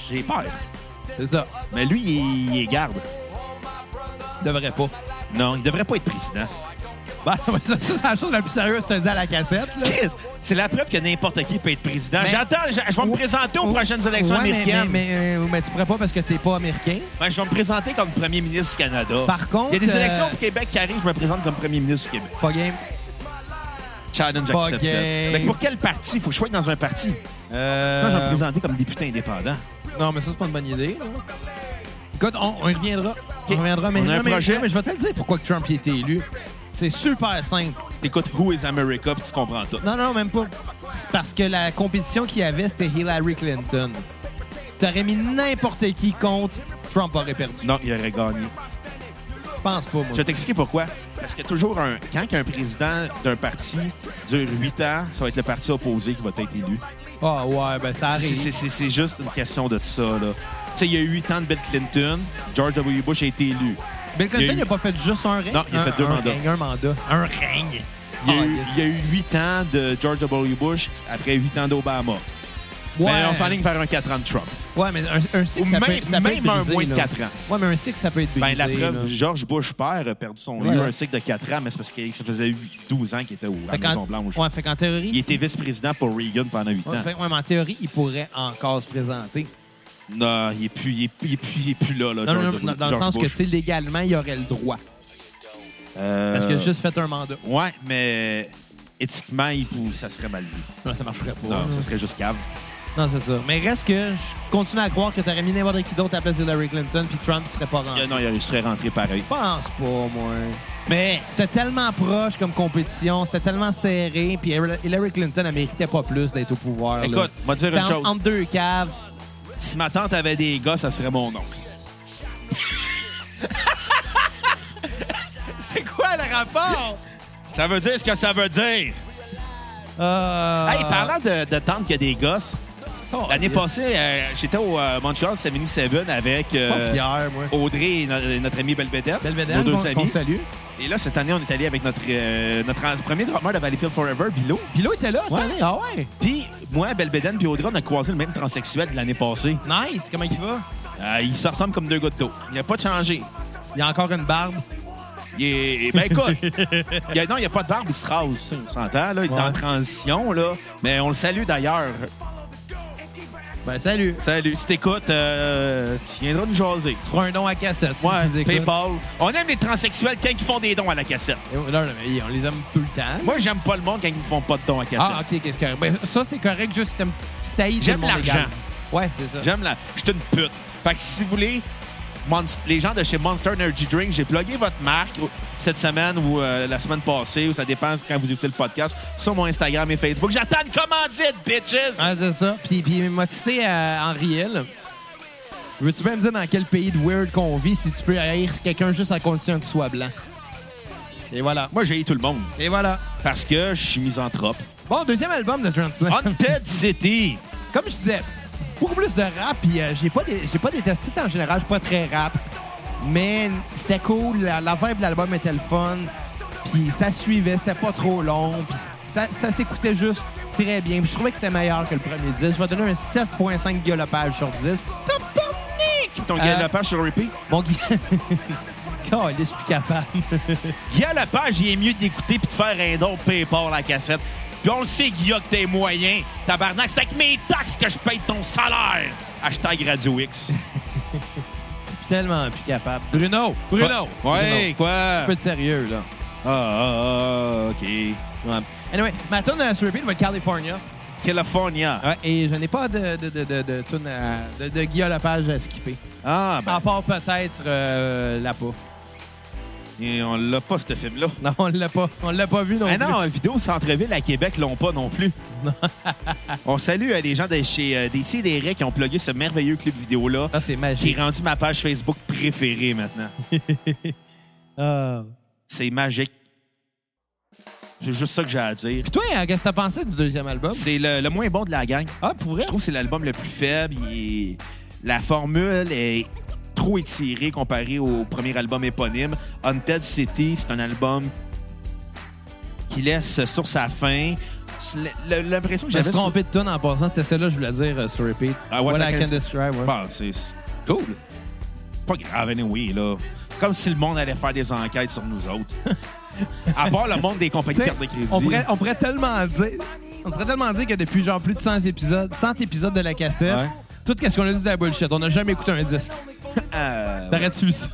Speaker 1: J'ai peur.
Speaker 3: C'est ça.
Speaker 1: Mais lui, il, il est garde.
Speaker 3: Devrait pas.
Speaker 1: Non, il devrait pas être président.
Speaker 3: Ben, ça, ça, c'est la chose la plus sérieuse que je te dis à la cassette. Là.
Speaker 1: Chris, c'est la preuve que n'importe qui peut être président.
Speaker 3: Mais-
Speaker 1: J'attends, je, je vais me
Speaker 3: Ouais.
Speaker 1: présenter aux prochaines élections
Speaker 3: Ouais, mais-
Speaker 1: américaines.
Speaker 3: Mais, mais, euh, mais tu pourrais pas parce que t'es pas américain.
Speaker 1: Ben, je vais me présenter comme premier ministre du Canada.
Speaker 3: Par contre,
Speaker 1: Il y a des
Speaker 3: euh,
Speaker 1: élections au Québec qui arrivent, je me présente comme premier ministre du Québec.
Speaker 3: Pas game.
Speaker 1: Challenge
Speaker 3: Pas
Speaker 1: accepted.
Speaker 3: game.
Speaker 1: Mais pour quel parti? Faut que je sois dans un parti. Moi, je vais me
Speaker 3: Euh...
Speaker 1: présenter comme député indépendant.
Speaker 3: Non, mais ça, c'est pas une bonne idée. non? Écoute, on, on y reviendra. On reviendra. Mais,
Speaker 1: On a
Speaker 3: non,
Speaker 1: un
Speaker 3: mais-
Speaker 1: projet.
Speaker 3: mais je vais te le dire pourquoi que Trump y a été élu. C'est super simple.
Speaker 1: T'écoutes Who is America, puis tu comprends tout.
Speaker 3: Non, non, même pas. C'est parce que la compétition qu'il y avait, c'était Hillary Clinton. Si t'aurais mis n'importe qui contre, Trump aurait perdu.
Speaker 1: Non, il aurait gagné.
Speaker 3: Je pense pas, moi.
Speaker 1: Je vais t'expliquer pourquoi. Parce que toujours, un, quand un président d'un parti dure huit ans, ça va être le parti opposé qui va être élu.
Speaker 3: Ah ouais, ben ça
Speaker 1: C'est-
Speaker 3: arrive.
Speaker 1: c'est- C'est c'est juste une question de ça. là. Tu sais, il y a eu huit ans de Bill Clinton. George W. Bush a été élu.
Speaker 3: Bill
Speaker 1: il y a
Speaker 3: Clinton,
Speaker 1: eu-
Speaker 3: il a pas fait juste un règne.
Speaker 1: Non, il a
Speaker 3: Un-
Speaker 1: fait deux
Speaker 3: un
Speaker 1: mandats.
Speaker 3: règne, un mandat.
Speaker 1: un règne. Il y, a
Speaker 3: Ah,
Speaker 1: eu,
Speaker 3: yes.
Speaker 1: il y a eu huit ans de George W. Bush après huit ans d'Obama. Mais on s'enligne vers un 4 ans de Trump.
Speaker 3: Ouais, mais un, un six,
Speaker 1: Ou
Speaker 3: ça
Speaker 1: même-
Speaker 3: peut, ça peut
Speaker 1: même
Speaker 3: être
Speaker 1: un
Speaker 3: brisé,
Speaker 1: moins de
Speaker 3: là.
Speaker 1: quatre ans.
Speaker 3: Ouais, mais un six, ça peut être
Speaker 1: Ben,
Speaker 3: brisé.
Speaker 1: la preuve,
Speaker 3: là.
Speaker 1: George Bush père a perdu son.
Speaker 3: Ouais.
Speaker 1: Il a eu un cycle de 4 ans, mais c'est parce que ça faisait 12 ans qu'il était au, à la
Speaker 3: Fait qu'en-
Speaker 1: Maison-Blanche.
Speaker 3: Ouais, fait qu'en théorie...
Speaker 1: Il était vice-président pour Reagan pendant 8
Speaker 3: ouais,
Speaker 1: ans.
Speaker 3: fait- ouais, mais en théorie, il pourrait encore se présenter.
Speaker 1: Non, il est plus, il est plus, il est plus, il est plus là, là,
Speaker 3: Non, non,
Speaker 1: Ah, George
Speaker 3: non,
Speaker 1: W.
Speaker 3: dans le
Speaker 1: George
Speaker 3: sens que,
Speaker 1: Bush.
Speaker 3: tu sais, légalement, il aurait le droit.
Speaker 1: Euh,
Speaker 3: Parce qu'il a juste fait un mandat.
Speaker 1: Ouais, mais éthiquement, il, pou- ça serait mal vu.
Speaker 3: Non, ça marcherait pas.
Speaker 1: Non,
Speaker 3: là.
Speaker 1: ça serait juste cave.
Speaker 3: Non, c'est ça. Mais reste que je continue à croire que t'aurais mis n'importe qui d'autre à la place d'Hillary Clinton, puis Trump serait pas rentré.
Speaker 1: Il- Non, il serait rentré pareil.
Speaker 3: Je pense pas, moi.
Speaker 1: Mais
Speaker 3: C'était tellement proche comme compétition, c'était tellement serré, puis Hillary Clinton, elle méritait pas plus d'être au pouvoir. là.
Speaker 1: Écoute, on va te dire
Speaker 3: C'était
Speaker 1: une
Speaker 3: en-
Speaker 1: chose.
Speaker 3: Entre deux caves.
Speaker 1: si ma tante avait des gars, ça serait mon oncle.
Speaker 3: C'est quoi le rapport?
Speaker 1: Ça veut dire ce que ça veut dire.
Speaker 3: Euh...
Speaker 1: Hey, parlant de, de tante qui a des gosses,
Speaker 3: Oh,
Speaker 1: l'année
Speaker 3: yes.
Speaker 1: passée, euh, j'étais au euh, Montreal 77 avec euh,
Speaker 3: Pas fier, moi.
Speaker 1: Audrey et no- et notre ami Belvedere,
Speaker 3: Belle
Speaker 1: nos
Speaker 3: vedette,
Speaker 1: deux
Speaker 3: bon,
Speaker 1: amis.
Speaker 3: qu'on salue.
Speaker 1: Et là, cette année, on est allé avec notre, euh, notre an- premier drummer de Valleyfield Forever, Bilo.
Speaker 3: Puis l'autre était là, cette année. Ah ouais?
Speaker 1: Puis moi, Belvedere puis Audrey, on a croisé le même transsexuel de l'année passée.
Speaker 3: Nice, comment il va?
Speaker 1: Euh, ils se ressemblent comme deux gouttes d'eau. Il n'a pas changé.
Speaker 3: Il a encore une barbe.
Speaker 1: Il est... Ben écoute, il a- non, il n'y a pas de barbe, il se rase, ça, on s'entend. Là, il est
Speaker 3: Ouais.
Speaker 1: en transition, là. Mais on le salue d'ailleurs.
Speaker 3: Ben, salut.
Speaker 1: Salut, si t'écoutes, euh, tu viendras nous jaser.
Speaker 3: Tu feras un don à cassette. si tu nous
Speaker 1: Ouais,
Speaker 3: écoutes.
Speaker 1: PayPal. On aime les transsexuels quand ils font des dons à la cassette.
Speaker 3: Et- non, non, mais on les aime tout le temps.
Speaker 1: Moi, j'aime pas le monde quand ils me font pas de dons à cassette.
Speaker 3: ah, ok, qu'est-ce que. Ben, ça, c'est correct, juste si t'aimes- si t'haïs tout le
Speaker 1: J'aime
Speaker 3: monde
Speaker 1: l'argent.
Speaker 3: égal. Ouais, c'est ça.
Speaker 1: J'aime la. Je suis une pute. Fait que si vous voulez, Monst- les gens de chez Monster Energy Drink, j'ai plugué votre marque au- cette semaine ou euh, la semaine passée, ou ça dépend quand vous écoutez le podcast, sur mon Instagram et Facebook. J'attends une commandite, bitches!
Speaker 3: Ah, c'est ça. Puis, puis il m'a cité à- en réel. Veux-tu même dire dans quel pays de weird qu'on vit si tu peux haïr quelqu'un juste à condition qu'il soit blanc? Et voilà.
Speaker 1: Moi, j'ai eu tout le monde
Speaker 3: Et voilà.
Speaker 1: parce que je suis misanthrope.
Speaker 3: Bon, deuxième album de Transplant.
Speaker 1: Haunted City!
Speaker 3: Comme je disais, beaucoup plus de rap. Puis euh, j'ai pas, dé- j'ai pas détesté ça en général. Je suis pas très rap. Mais c'était cool. La, la vibe de l'album était le fun. Puis ça suivait. C'était pas trop long. Puis ça, ça s'écoutait juste très bien. Puis je trouvais que c'était meilleur que le premier disque. Je vais donner un 7.5 gueulopage sur 10.
Speaker 1: Ton
Speaker 3: Euh,
Speaker 1: gars Lepage sur repeat?
Speaker 3: Bon, Guy... Caliste, je suis plus capable.
Speaker 1: Guy Lepage, il est mieux d'écouter puis de faire un don PayPal à la cassette. Puis on le sait, Guilla, que t'es moyen. Tabarnak, c'est avec mes taxes que je paye ton salaire! Hashtag Radio X.
Speaker 3: Je suis tellement plus capable. Bruno! Bruno!
Speaker 1: Ouais,
Speaker 3: Bruno.
Speaker 1: quoi?
Speaker 3: Un peu de sérieux, là.
Speaker 1: Ah, ah, ah, OK.
Speaker 3: Ouais. Anyway, ma tune à sur repeat va être California.
Speaker 1: California.
Speaker 3: Ouais, Ah, et je n'ai pas de, de, de, de, de toune à- de, de Guillaume Lepage à skipper.
Speaker 1: Ah, ben,
Speaker 3: À part peut-être euh, la pas. Ah.
Speaker 1: et on l'a pas, ce film-là.
Speaker 3: Non, on l'a pas. On l'a pas vu non
Speaker 1: Ah
Speaker 3: plus.
Speaker 1: non, euh, vidéo Centre-Ville à Québec l'ont pas non plus. on salue euh, les gens de chez euh, des et des Raies qui ont plugué ce merveilleux clip vidéo-là,
Speaker 3: Ah, c'est
Speaker 1: qui
Speaker 3: magique.
Speaker 1: est rendu ma page Facebook préférée maintenant.
Speaker 3: Ah.
Speaker 1: C'est magique. C'est juste ça que j'ai à dire.
Speaker 3: Puis toi, hein, qu'est-ce que t'as pensé du deuxième album?
Speaker 1: C'est le, le moins bon de la gang.
Speaker 3: Ah, pour vrai?
Speaker 1: Je trouve que c'est l'album le plus faible. Il est- La formule est trop étirée comparée au premier album éponyme. Haunted City, c'est un album qui laisse sur sa fin. C'est le- le- L'impression que
Speaker 3: Je me
Speaker 1: j'avais...
Speaker 3: suis trompé de tune en passant. C'était celle-là que je voulais dire euh, sur repeat.
Speaker 1: Ah, What
Speaker 3: Voilà,
Speaker 1: I
Speaker 3: I
Speaker 1: Can
Speaker 3: Can Describe. ouais.
Speaker 1: sur- Bon, c'est c'est
Speaker 3: Cool.
Speaker 1: pas grave, anyway, là. Comme si le monde allait faire des enquêtes sur nous autres. à part le monde des compagnies de
Speaker 3: T'sais,
Speaker 1: cartes de crédit.
Speaker 3: On pourrait, on pourrait tellement dire. On pourrait tellement dire que depuis genre plus de 100 épisodes, 100 épisodes de la cassette,
Speaker 1: Ouais.
Speaker 3: tout ce qu'on a dit de la bullshit, on n'a jamais écouté un disque.
Speaker 1: Euh,
Speaker 3: T'arrêtes-tu ça?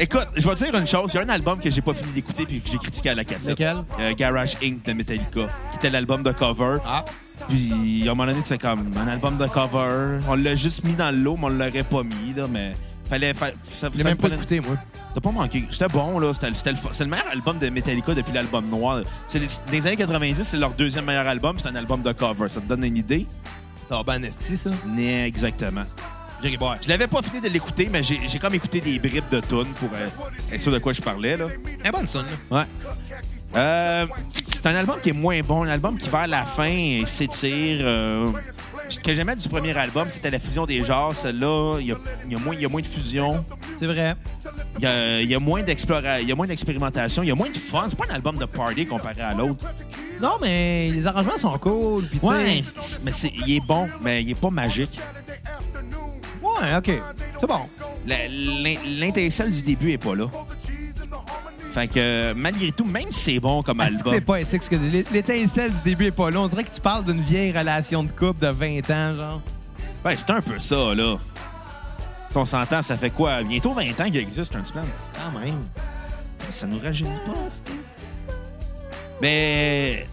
Speaker 1: Écoute, je vais te dire une chose. Il y a un album que j'ai pas fini d'écouter puis que j'ai critiqué à la cassette.
Speaker 3: Lequel?
Speaker 1: Euh, Garage Inc. de Metallica, qui était l'album de cover.
Speaker 3: Ah.
Speaker 1: Puis, à un moment donné, c'est comme un album de cover. On l'a juste mis dans l'eau, mais on l'aurait pas mis, là, mais... Fallait faire... ça- ça
Speaker 3: Je l'ai même
Speaker 1: me
Speaker 3: pas
Speaker 1: prenait-
Speaker 3: écouté, moi.
Speaker 1: T'as pas manqué. C'était bon, là. C'était c'était le, fu- c'est le meilleur album de Metallica depuis l'album noir. C'est les- dans les années 90, c'est leur deuxième meilleur album. C'est un album de cover. Ça te donne une idée?
Speaker 3: T'as ben esti, ça.
Speaker 1: Né, exactement.
Speaker 3: Jerry Boy.
Speaker 1: Je l'avais pas fini de l'écouter, mais j'ai j'ai comme écouté des bribes de tunes pour euh, être sûr de quoi je parlais, là.
Speaker 3: Un bonne son, là.
Speaker 1: Ouais. Euh, c'est un album qui est moins bon. Un album qui, vers la fin, euh, s'étire. euh, ce que j'aimais du premier album, c'était la fusion des genres. Celle-là, il y a, il y a moins- il y a moins de fusion.
Speaker 3: C'est vrai.
Speaker 1: Il y a, il y a moins d'explora- il y a moins d'expérimentation. Il y a moins de fun. C'est pas un album de party comparé à l'autre.
Speaker 3: Non, mais les arrangements sont cool. Puis tu
Speaker 1: Ouais,
Speaker 3: sais-
Speaker 1: c'est- mais c'est- il est bon, mais il est pas magique.
Speaker 3: Ouais, OK. C'est bon.
Speaker 1: La- l'in- L'intérêt du début est pas là. Fait que, euh, malgré tout, même si c'est bon comme
Speaker 3: Est-ce que
Speaker 1: album...
Speaker 3: C'est pas éthique. ce que L'étincelle du début est pas là. On dirait que tu parles d'une vieille relation de couple de 20 ans, genre.
Speaker 1: Ouais, c'est un peu ça, là. On s'entend, ça fait quoi? Bientôt 20 ans qu'il existe, un plan.
Speaker 3: Quand même.
Speaker 1: Ça nous rajeunit pas. c'est- Mais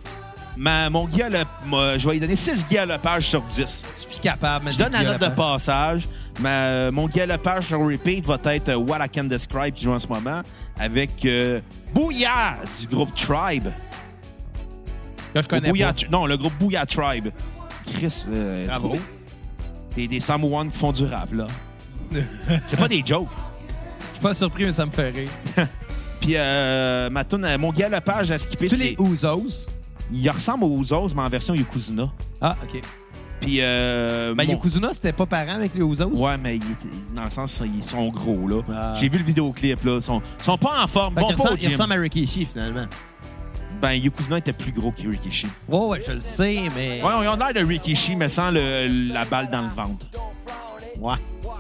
Speaker 1: ma, mon guia, je vais lui donner 6 pages sur 10.
Speaker 3: Je suis plus capable. mais
Speaker 1: Je donne la
Speaker 3: des
Speaker 1: note de
Speaker 3: gueules à part.
Speaker 1: passage. Ma, mon guia page sur repeat va être euh, What I Can Describe qui joue en ce moment avec euh, Bouillard du groupe Tribe.
Speaker 3: Que je
Speaker 1: Le
Speaker 3: connais
Speaker 1: Booyah
Speaker 3: pas. Ah
Speaker 1: Tri- non, le groupe Bouillard Tribe. Chris, euh,
Speaker 3: Bravo.
Speaker 1: Des, des Samoans qui font du rap, là. C'est pas des jokes.
Speaker 3: Je suis pas surpris, mais ça me fait rire.
Speaker 1: Puis euh, ma toune, euh, mon gars Lepage a skippé.
Speaker 3: Tu
Speaker 1: c'est-
Speaker 3: les Ouzos?
Speaker 1: Il ressemble aux Ouzos, mais en version Yokozuna.
Speaker 3: Ah, OK.
Speaker 1: Puis. Euh,
Speaker 3: Ben,
Speaker 1: mon-
Speaker 3: Yokozuna, c'était pas parent avec les Ouzos?
Speaker 1: Ouais, mais il est- dans le sens, ils sont gros, là.
Speaker 3: Ah.
Speaker 1: J'ai vu le vidéoclip, là. Ils sont, ils sont pas en forme.
Speaker 3: Fait
Speaker 1: Bon,
Speaker 3: qu'il
Speaker 1: pas au
Speaker 3: ressemble, il
Speaker 1: gym.
Speaker 3: ressemble à Rikishi, finalement.
Speaker 1: Ben, Yokozuna était plus gros que Rikishi.
Speaker 3: Ouais, ouais, je le sais, mais...
Speaker 1: Ouais, ils ont l'air de Rikishi, mais sans le- la balle dans le ventre.
Speaker 3: Ouais.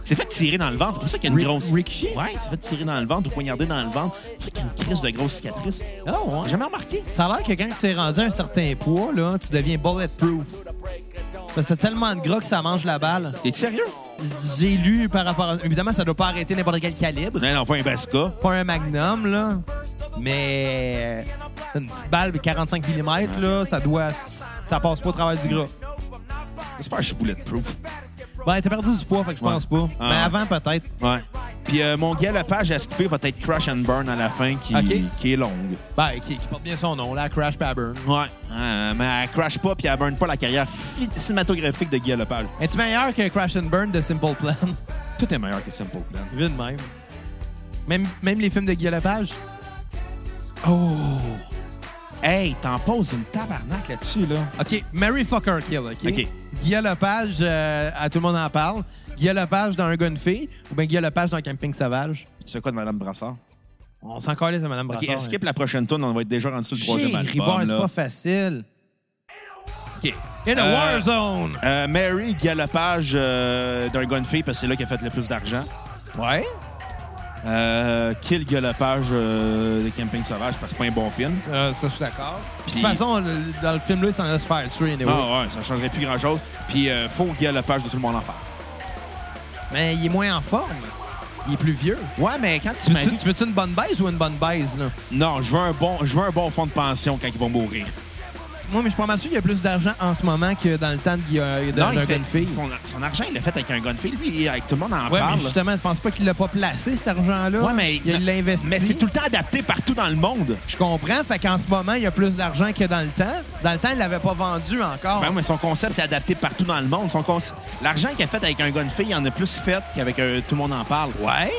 Speaker 1: C'est fait tirer dans le ventre, c'est pour ça qu'il y a une
Speaker 3: Ri-
Speaker 1: grosse.
Speaker 3: Rikishi?
Speaker 1: Ouais, c'est fait tirer dans le ventre ou poignarder dans le ventre. C'est pour ça qu'il y a une crise de grosse cicatrice.
Speaker 3: Ah, ouais.
Speaker 1: Jamais remarqué.
Speaker 3: Ça a l'air que quand tu es rendu à un certain poids, là, tu deviens bulletproof. Parce que t'as tellement de gras que ça mange la balle.
Speaker 1: T'es sérieux?
Speaker 3: J'ai lu par rapport à... Évidemment, ça doit pas arrêter n'importe quel calibre.
Speaker 1: Non, non, pas un Basca.
Speaker 3: Pas un magnum, là. Mais euh, une petite balle de 45 mm, là, ça doit... Ça passe pas au travers du gras.
Speaker 1: J'espère que je suis bulletproof.
Speaker 3: Ben, t'as perdu du poids, fait que je
Speaker 1: Ouais.
Speaker 3: pense pas.
Speaker 1: Ah,
Speaker 3: Mais
Speaker 1: ouais.
Speaker 3: avant, peut-être.
Speaker 1: Ouais. Puis euh, mon gars, la page à skipper va être Crash and Burn à la fin, qui,
Speaker 3: Ok.
Speaker 1: qui est longue.
Speaker 3: Ben, qui, qui porte bien son nom, là, Crash Paburn.
Speaker 1: Ouais. Euh, mais elle crash pas, puis elle burn pas la carrière fi- cinématographique de Guy Lepage.
Speaker 3: Es-tu meilleur que Crash and Burn de Simple Plan?
Speaker 1: Tout est meilleur que Simple Plan.
Speaker 3: Vu de même. même. Même les films de Guy Lepage?
Speaker 1: Oh! Hey, t'en poses une tabarnak là-dessus, là.
Speaker 3: OK, Mary Fucker Kill, OK?
Speaker 1: OK.
Speaker 3: Guy Lepage, euh, à tout le monde en parle. Guy Lepage dans Un gars, une fille ou bien Guy Lepage dans Camping Sauvage.
Speaker 1: Tu fais quoi de Madame Brassard?
Speaker 3: On s'en calisse à Mme
Speaker 1: Ok,
Speaker 3: Brassard. hein.
Speaker 1: skip la prochaine tourne, on va être déjà rendu sur le troisième
Speaker 3: Chérie,
Speaker 1: album.
Speaker 3: bon, c'est
Speaker 1: là.
Speaker 3: pas facile.
Speaker 1: Ok.
Speaker 3: In a
Speaker 1: Euh,
Speaker 3: war zone!
Speaker 1: euh, Mary Galopage euh, d'un Gunfay, parce que c'est là qu'elle a fait le plus d'argent.
Speaker 3: Ouais.
Speaker 1: Euh, Kill Galopage euh, de Camping Sauvage, parce que c'est pas un bon film.
Speaker 3: Euh, ça, je suis d'accord. Puis,
Speaker 1: Puis-
Speaker 3: De toute façon, le- dans le film-là, il s'en laisse faire tuer, anyway.
Speaker 1: Ah ouais, ça changerait plus grand-chose. Puis euh, faux Galopage de Tout le monde en parle.
Speaker 3: Mais il est moins en forme. Il est plus vieux.
Speaker 1: Ouais, mais quand tu
Speaker 3: Tu
Speaker 1: m'as
Speaker 3: veux-tu
Speaker 1: dit...
Speaker 3: tu veux-tu une bonne baise ou une bonne baise, là?
Speaker 1: Non, je veux, un bon, je veux un bon fonds de pension quand ils vont mourir.
Speaker 3: Moi, mais je suis pas mal sûr qu'il y a plus d'argent en ce moment que dans le temps de Guy- euh, d'un
Speaker 1: Non, il
Speaker 3: d'un
Speaker 1: fait-
Speaker 3: gars, une fille.
Speaker 1: Son, son argent, il l'a fait avec un Gunfay. Lui, avec Tout le monde en
Speaker 3: Ouais,
Speaker 1: parle.
Speaker 3: mais justement, je pense pas qu'il l'a pas placé, cet argent-là.
Speaker 1: Ouais, mais-
Speaker 3: Il l'a investi.
Speaker 1: mais c'est tout le temps adapté partout dans le monde.
Speaker 3: Je comprends. Fait qu'en ce moment, il y a plus d'argent que dans le temps. Dans le temps, il l'avait pas vendu encore.
Speaker 1: Ben oui, mais son concept, c'est adapté partout dans le monde. Son conce- L'argent qu'il a fait avec un gars de fille, il en a plus fait qu'avec un... Tout le monde en parle.
Speaker 3: ouais.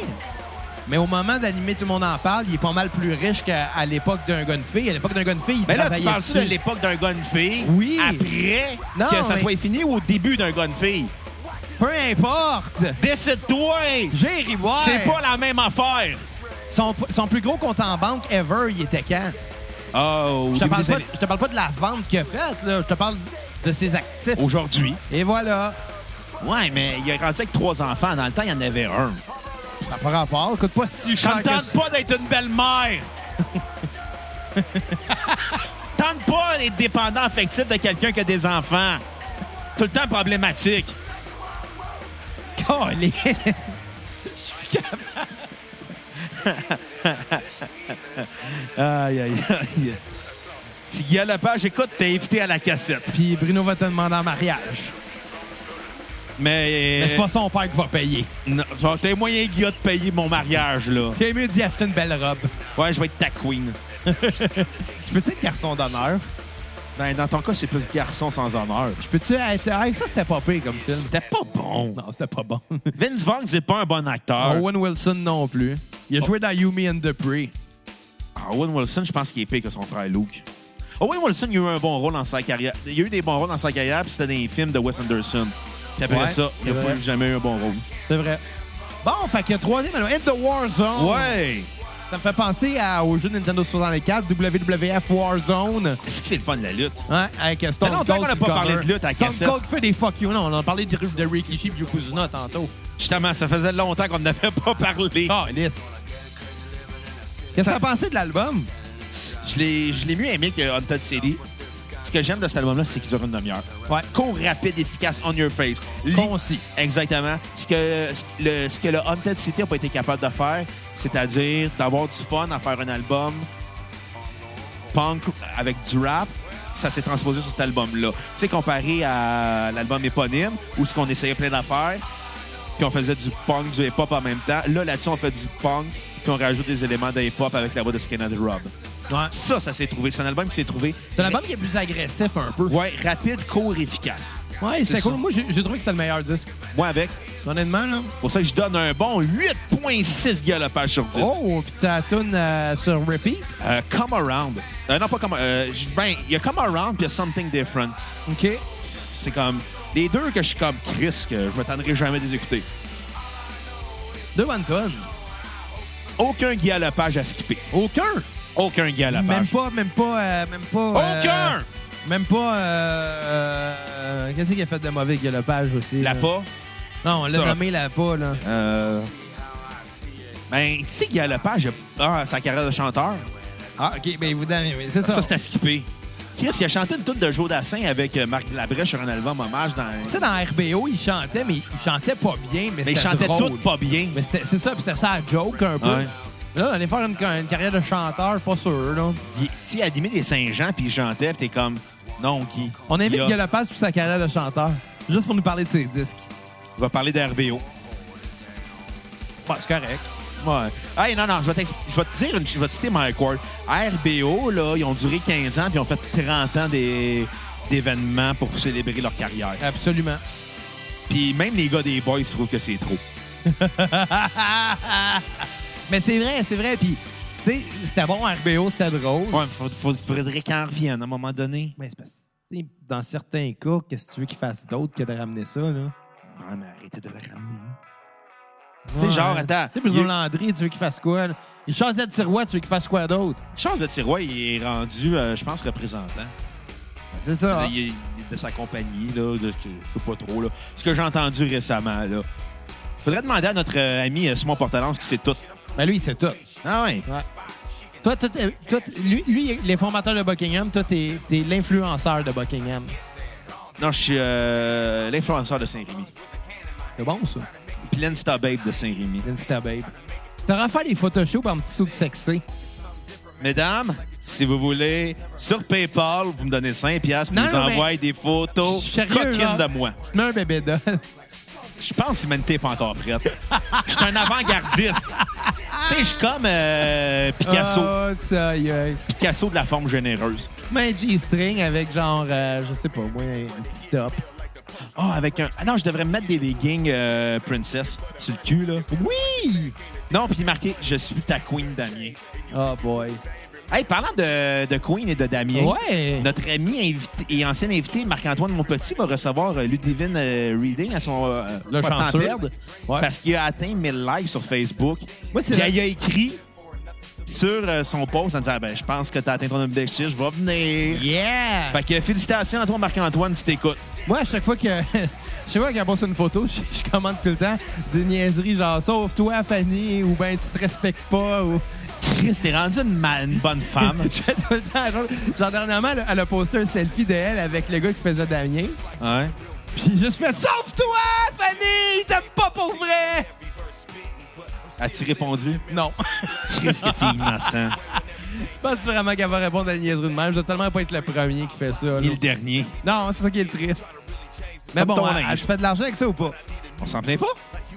Speaker 3: Mais au moment d'animer Tout le monde en parle, il est pas mal plus riche qu'à à l'époque d'un gars, une fille. À l'époque d'un gars, une fille, il
Speaker 1: Mais Ben là, tu
Speaker 3: travaillait
Speaker 1: parles-tu de
Speaker 3: dessus.
Speaker 1: l'époque d'un gars de fille?
Speaker 3: Oui.
Speaker 1: Après
Speaker 3: Non,
Speaker 1: que ça
Speaker 3: mais-
Speaker 1: soit fini ou au début d'un gars de fille?
Speaker 3: Peu importe!
Speaker 1: Décide-toi!
Speaker 3: Jerry Boy!
Speaker 1: C'est pas la même affaire!
Speaker 3: Son, son plus gros compte en banque ever, il était quand?
Speaker 1: Oh,
Speaker 3: Je te, parle pas, de- je te parle pas de la vente qu'il a faite, là. Je te parle de ses actifs.
Speaker 1: Aujourd'hui.
Speaker 3: Et voilà.
Speaker 1: Ouais, mais il a grandi avec trois enfants. Dans le temps, il y en avait un.
Speaker 3: Ça n'a pas rapport. Coûte pas si
Speaker 1: Ça me
Speaker 3: cher que
Speaker 1: tente
Speaker 3: ça.
Speaker 1: pas d'être une belle-mère! tente pas d'être dépendant affectif de quelqu'un qui a des enfants. Tout le temps problématique.
Speaker 3: Calé.
Speaker 1: Aïe, aïe, aïe. Si Guy Lepage écoute, t'es invité à la cassette.
Speaker 3: Puis Bruno va te demander en mariage.
Speaker 1: Mais.
Speaker 3: Mais c'est pas son père qui va payer.
Speaker 1: Non, ça, T'as les moyens, Guy, de payer mon mariage, là.
Speaker 3: C'est mieux d'y acheter une belle robe.
Speaker 1: Ouais, je vais être ta queen.
Speaker 3: Je peux-tu être garçon d'honneur?
Speaker 1: Dans, Ben, dans ton cas, c'est plus garçon sans honneur.
Speaker 3: Je peux-tu être... Ah, ça, c'était pas pire comme film.
Speaker 1: C'était pas bon.
Speaker 3: Non, c'était pas bon.
Speaker 1: Vince Vaughn, c'est pas un bon acteur.
Speaker 3: Owen Wilson non plus. Il a joué dans Yumi and the Prey.
Speaker 1: Ah, Owen Wilson, je pense qu'il est pire que son frère Luke. Owen Wilson, il a eu un bon rôle dans sa carrière. Il a eu des bons rôles dans sa carrière, puis c'était dans les films de Wes Anderson. Puis après
Speaker 3: Ouais,
Speaker 1: ça, il
Speaker 3: c'est
Speaker 1: n'a
Speaker 3: vrai.
Speaker 1: plus jamais eu un bon rôle.
Speaker 3: C'est vrai. Bon, fait que troisième, alors, In the Warzone.
Speaker 1: Ouais!
Speaker 3: Ça me fait penser à- au jeu Nintendo 64, WWF Warzone.
Speaker 1: Est-ce que c'est le fun de la lutte?
Speaker 3: Ouais, avec euh, Stone
Speaker 1: Ça fait
Speaker 3: Cold.
Speaker 1: longtemps qu'on
Speaker 3: sur
Speaker 1: n'a pas
Speaker 3: le
Speaker 1: parlé
Speaker 3: cover.
Speaker 1: de lutte à la
Speaker 3: Stone
Speaker 1: cassette.
Speaker 3: Cold qui fait des fuck you. Non, on en a parlé de, de Rikishi et Yokozuna tantôt.
Speaker 1: Justement, ça faisait longtemps qu'on n'avait pas parlé.
Speaker 3: Ah, lisse. Qu'est-ce que t'as pensé de l'album?
Speaker 1: Je l'ai je l'ai mieux aimé que Haunted City. Ce que j'aime de cet album-là, c'est qu'il dure une demi-heure.
Speaker 3: Ouais.
Speaker 1: Court, rapide, efficace, on your face. Li-
Speaker 3: Concis.
Speaker 1: Exactement. Ce que, ce- le, ce que le Haunted City n'a pas été capable de faire, c'est-à-dire d'avoir du fun à faire un album punk avec du rap, ça s'est transposé sur cet album-là. Tu sais, comparé à l'album éponyme, où ce qu'on essayait plein d'affaires, puis on faisait du punk, du hip-hop en même temps. Là, là-dessus, on fait du punk, puis on rajoute des éléments de hip-hop avec la voix de Skinhead Rob.
Speaker 3: Ouais.
Speaker 1: Ça, ça s'est trouvé. C'est un album qui s'est trouvé.
Speaker 3: C'est un album qui est plus agressif un peu.
Speaker 1: Ouais, rapide, court, efficace.
Speaker 3: Ouais,
Speaker 1: C'est
Speaker 3: c'était
Speaker 1: ça.
Speaker 3: cool. Moi, j'ai j'ai trouvé que c'était le meilleur disque.
Speaker 1: Moi, avec,
Speaker 3: Honnêtement, là.
Speaker 1: pour ça que je donne un bon 8.6 galopage sur 10.
Speaker 3: Oh, pis t'as la toune euh, sur repeat.
Speaker 1: Euh, come Around. Euh, non, pas Come euh, j- ben, il y a Come Around puis il y a Something Different.
Speaker 3: OK.
Speaker 1: C'est comme. Les deux que je suis comme Chris, que je m'attendrai jamais de les écouter.
Speaker 3: Deux bonnes tonnes.
Speaker 1: Aucun galopage à skipper.
Speaker 3: Aucun.
Speaker 1: Aucun
Speaker 3: Même
Speaker 1: galopage.
Speaker 3: pas, même pas, euh, même pas. euh,
Speaker 1: Aucun!
Speaker 3: Même pas. euh, euh, Qu'est-ce qu'il a fait de mauvais galopage aussi?
Speaker 1: La
Speaker 3: là?
Speaker 1: pas.
Speaker 3: Non, on l'a
Speaker 1: Ça.
Speaker 3: nommé la pas, là.
Speaker 1: Euh... Ben, tu sais, galopage, ah, sa carrière de chanteur,
Speaker 3: Ah, OK, ben, vous donnez. C'est ça.
Speaker 1: ça, c'est à skipper. Chris, il a chanté une toute de Joe Dassin avec euh, Marc Labrèche sur un album hommage dans.
Speaker 3: Tu sais, dans RBO, il chantait, mais il chantait pas bien. Mais,
Speaker 1: Mais il
Speaker 3: c'était
Speaker 1: chantait
Speaker 3: drôle.
Speaker 1: tout pas bien.
Speaker 3: Mais c'était- c'est ça, puis c'était ça à joke un peu.
Speaker 1: Ouais.
Speaker 3: Là, aller faire une, une carrière de chanteur, pas sûr, là.
Speaker 1: Il- Tu sais, à des Saint-Jean, puis il chantait, puis t'es comme, non, qui?
Speaker 3: On invite
Speaker 1: Il a-
Speaker 3: Guy Lepage pour sa carrière de chanteur, juste pour nous parler de ses disques.
Speaker 1: Il va parler d'RBO.
Speaker 3: Bon, c'est correct.
Speaker 1: Ouais. Hey, non, non, je vais, t'ex- je vais te dire, une- je vais te citer Mike Ward. RBO, là, ils ont duré 15 ans, puis ils ont fait 30 ans des- d'événements pour célébrer leur carrière.
Speaker 3: Absolument.
Speaker 1: Puis même les gars des Boys trouvent que c'est trop.
Speaker 3: Mais c'est vrai, c'est vrai. Puis, tu sais, c'était bon, RBO, c'était drôle.
Speaker 1: Ouais, faut, faut, faudrait qu'ils en reviennent à un moment donné.
Speaker 3: Mais c'est parce tu sais, dans certains cas, qu'est-ce que tu veux qu'ils fassent d'autre que de ramener ça, là?
Speaker 1: Ouais, Ah, mais arrêtez de le ramener.
Speaker 3: Tu
Speaker 1: sais, genre, attends,
Speaker 3: Tu sais, Bruno
Speaker 1: il-
Speaker 3: Landry, tu veux qu'il fasse quoi, là? Il chasse de tiroir, tu veux qu'il fasse quoi d'autre?
Speaker 1: Charles de Tirois, il est rendu, euh, je pense, représentant.
Speaker 3: C'est ça. hein?
Speaker 1: Il est- il est de sa compagnie, là, de, je sais pas trop, là. Ce que j'ai entendu récemment, là. Faudrait demander à notre euh, ami euh, Simon Portalance qui sait tout.
Speaker 3: Mais lui, c'est tout.
Speaker 1: Ah ouais?
Speaker 3: Toi, toi, t'es- toi, t'es- lui, lui, il est formateur de Buckingham. Toi, t'es t'es l'influenceur de Buckingham.
Speaker 1: Non, je suis euh, l'influenceur de Saint-Rémy.
Speaker 3: C'est bon, ça.
Speaker 1: Puis l'Insta Babe de Saint-Rémy.
Speaker 3: Insta Babe. T'auras fait les photoshoots par un petit saut de sexy.
Speaker 1: Mesdames, si vous voulez, sur PayPal, vous me donnez 5 piastres, puis
Speaker 3: Non,
Speaker 1: vous
Speaker 3: non, mais-
Speaker 1: envoyez des photos
Speaker 3: Sérieux,
Speaker 1: coquines
Speaker 3: là?
Speaker 1: Oh, de moi.
Speaker 3: Tu te mets un bébé doll.
Speaker 1: Je pense que l'humanité n'est pas encore prête. Je suis un avant-gardiste. tu sais, je suis comme euh, Picasso.
Speaker 3: Oh, ça y est.
Speaker 1: Picasso de la forme généreuse.
Speaker 3: Tu te mets un G-string avec genre, euh, je sais pas, moi, un un petit top.
Speaker 1: Ah, avec un. Ah non, je devrais me mettre des leggings euh, princess sur le cul, là.
Speaker 3: Oui!
Speaker 1: Non, puis marqué Je suis ta queen, Damien.
Speaker 3: Oh boy.
Speaker 1: Hey, parlant de, de queen et de Damien.
Speaker 3: Ouais!
Speaker 1: Notre ami invité- et ancien invité Marc-Antoine Monpetit va recevoir euh, Ludivine euh, Reading à son euh,
Speaker 3: Le
Speaker 1: pas de temps
Speaker 3: chanceux.
Speaker 1: perdre
Speaker 3: Ouais.
Speaker 1: parce qu'il a atteint 1000 likes sur Facebook.
Speaker 3: Moi, c'est
Speaker 1: Puis
Speaker 3: vrai.
Speaker 1: il a écrit sur euh, son post en disant Ah, ben, je pense que t'as atteint ton objectif, je vais venir.
Speaker 3: Yeah!
Speaker 1: Fait que félicitations à toi Marc-Antoine si t'écoutes.
Speaker 3: Moi, à chaque fois que je sais pas qu'elle poste une photo, je, je commande tout le temps des niaiseries genre sauve-toi Fanny ou ben tu te respectes pas ou
Speaker 1: Chris, t'es rendu une, ma- une bonne femme.
Speaker 3: je fais tout le temps genre, genre, dernièrement elle a- elle a posté un selfie de elle avec le gars qui faisait Damien.
Speaker 1: ouais.
Speaker 3: Puis j'ai juste fait sauve-toi Fanny, t'aimes pas pour vrai.
Speaker 1: As-tu répondu?
Speaker 3: Non.
Speaker 1: Chris, que t'es innocent.
Speaker 3: Je pense vraiment qu'elle va répondre à une niaiserie de même, je vais tellement pas être le premier qui fait ça. là.
Speaker 1: Ni le dernier.
Speaker 3: Non, c'est ça qui est le triste. Mais
Speaker 1: Comme
Speaker 3: bon,
Speaker 1: ton
Speaker 3: elle,
Speaker 1: linge.
Speaker 3: elle se fait de l'argent avec ça ou pas
Speaker 1: On s'en plaint pas?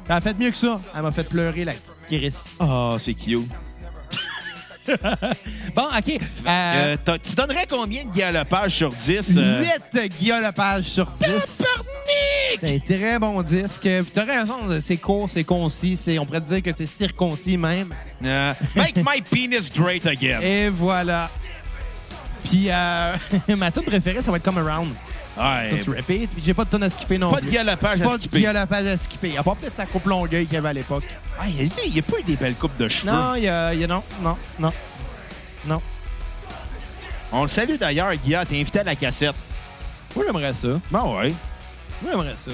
Speaker 3: Elle a fait mieux que ça. Elle m'a fait pleurer la petite Chris.
Speaker 1: Ah, c'est cute.
Speaker 3: Bon, OK. euh,
Speaker 1: Euh, t'as- tu donnerais combien de galopage sur 10? euh,
Speaker 3: 8 Guillaume Lepage sur 10. C'est un très bon disque. Puis T'as raison, c'est court, c'est concis. c'est- On pourrait dire que c'est circoncis même.
Speaker 1: Euh, make my penis great again.
Speaker 3: Et voilà. Puis euh, ma tune préférée, ça va être Come Around.
Speaker 1: Ouais.
Speaker 3: Tu repeat. Puis j'ai pas de tune à skipper non
Speaker 1: Eh Pas de
Speaker 3: plus.
Speaker 1: galopage à
Speaker 3: Pas de
Speaker 1: skipper.
Speaker 3: Guillaume Lepage à skipper. À part peut-être sa coupe longueuil qu'il y avait à l'époque.
Speaker 1: Ah, Il n'y a, il y a pas eu des belles coupes de cheveux.
Speaker 3: Non, il y a, il y a- non, non, non. Non.
Speaker 1: On le salue d'ailleurs, Guilla. T'es invité à la cassette.
Speaker 3: Moi, j'aimerais ça.
Speaker 1: Bon, Ah ouais.
Speaker 3: Moi, j'aimerais ça.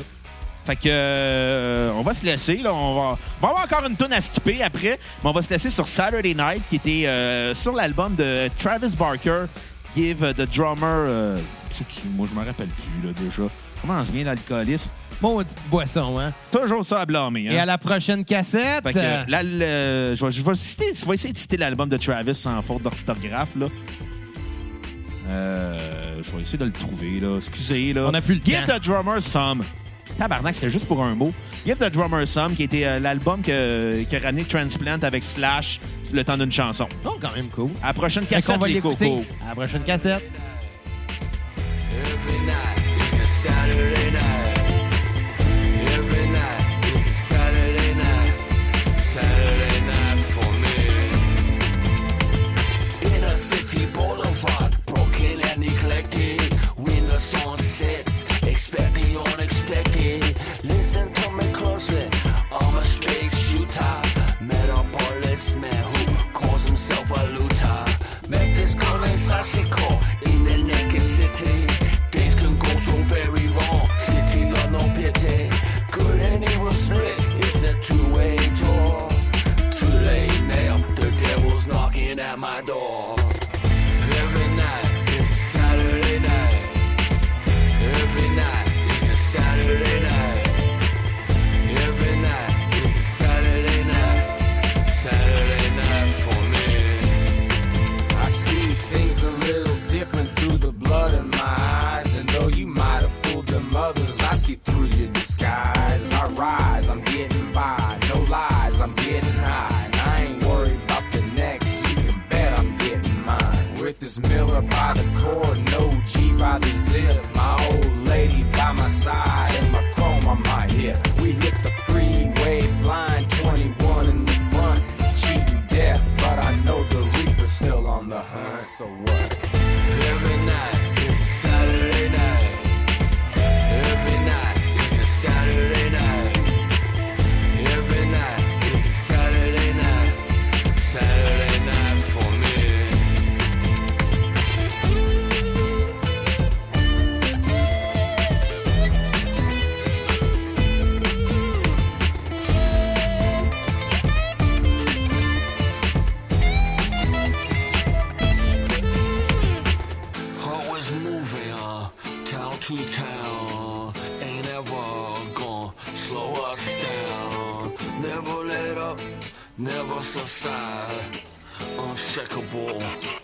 Speaker 1: Fait que, euh, on va se laisser. Là. On, va, on va avoir encore une tonne à skipper après. Mais on va se laisser sur Saturday Night, qui était euh, sur l'album de Travis Barker, Give the Drummer. euh, je sais plus, moi, je me rappelle plus, là, déjà. Commence bien l'alcoolisme.
Speaker 3: Maudite boisson, hein.
Speaker 1: Toujours ça à blâmer. Hein?
Speaker 3: Et à la prochaine cassette.
Speaker 1: Fait que, là, le- je vais, je vais citer- je vais essayer de citer l'album de Travis sans faute d'orthographe. là. Euh, je vais essayer de le trouver. Là. Excusez. Là.
Speaker 3: On a plus le
Speaker 1: Give
Speaker 3: temps.
Speaker 1: the drummer some. Tabarnak, c'était juste pour un mot. Give the drummer some, qui était euh, l'album que, qui a ramené Transplant avec Slash le temps d'une chanson.
Speaker 3: Donc, quand même cool.
Speaker 1: À la prochaine
Speaker 3: Fait qu'on
Speaker 1: cassette,
Speaker 3: va
Speaker 1: les
Speaker 3: l'écouter.
Speaker 1: cocos.
Speaker 3: À la prochaine cassette.
Speaker 2: Every night is a Saturday night. Every night is a Saturday night. Saturday night for me. Inner city boulevard, broken and neglected. Windows on sets, expect the unexpected. Listen to me closely. I'm a straight shooter. Metropolis man who calls himself a looter. Make this gun and sashiko in the naked city. Things can go so very wrong. City of no pity. Good and evil split. It's a two-way door. Too late now. The devil's knocking at my door. Every night is a Saturday Cause mirror by the cord, no G by the zip. My old lady by my side, and my chrome on my hip. We hit the freeway, flying 21 in the front, cheating death. But I know the Reaper's still on the hunt. So what? Every night is a Saturday night. Every night is a Saturday night. Every night is a Saturday night. Saturday night for me. Always moving uh, town to town. Ain't ever gonna slow us down. Never let up, never subside. Unshakable.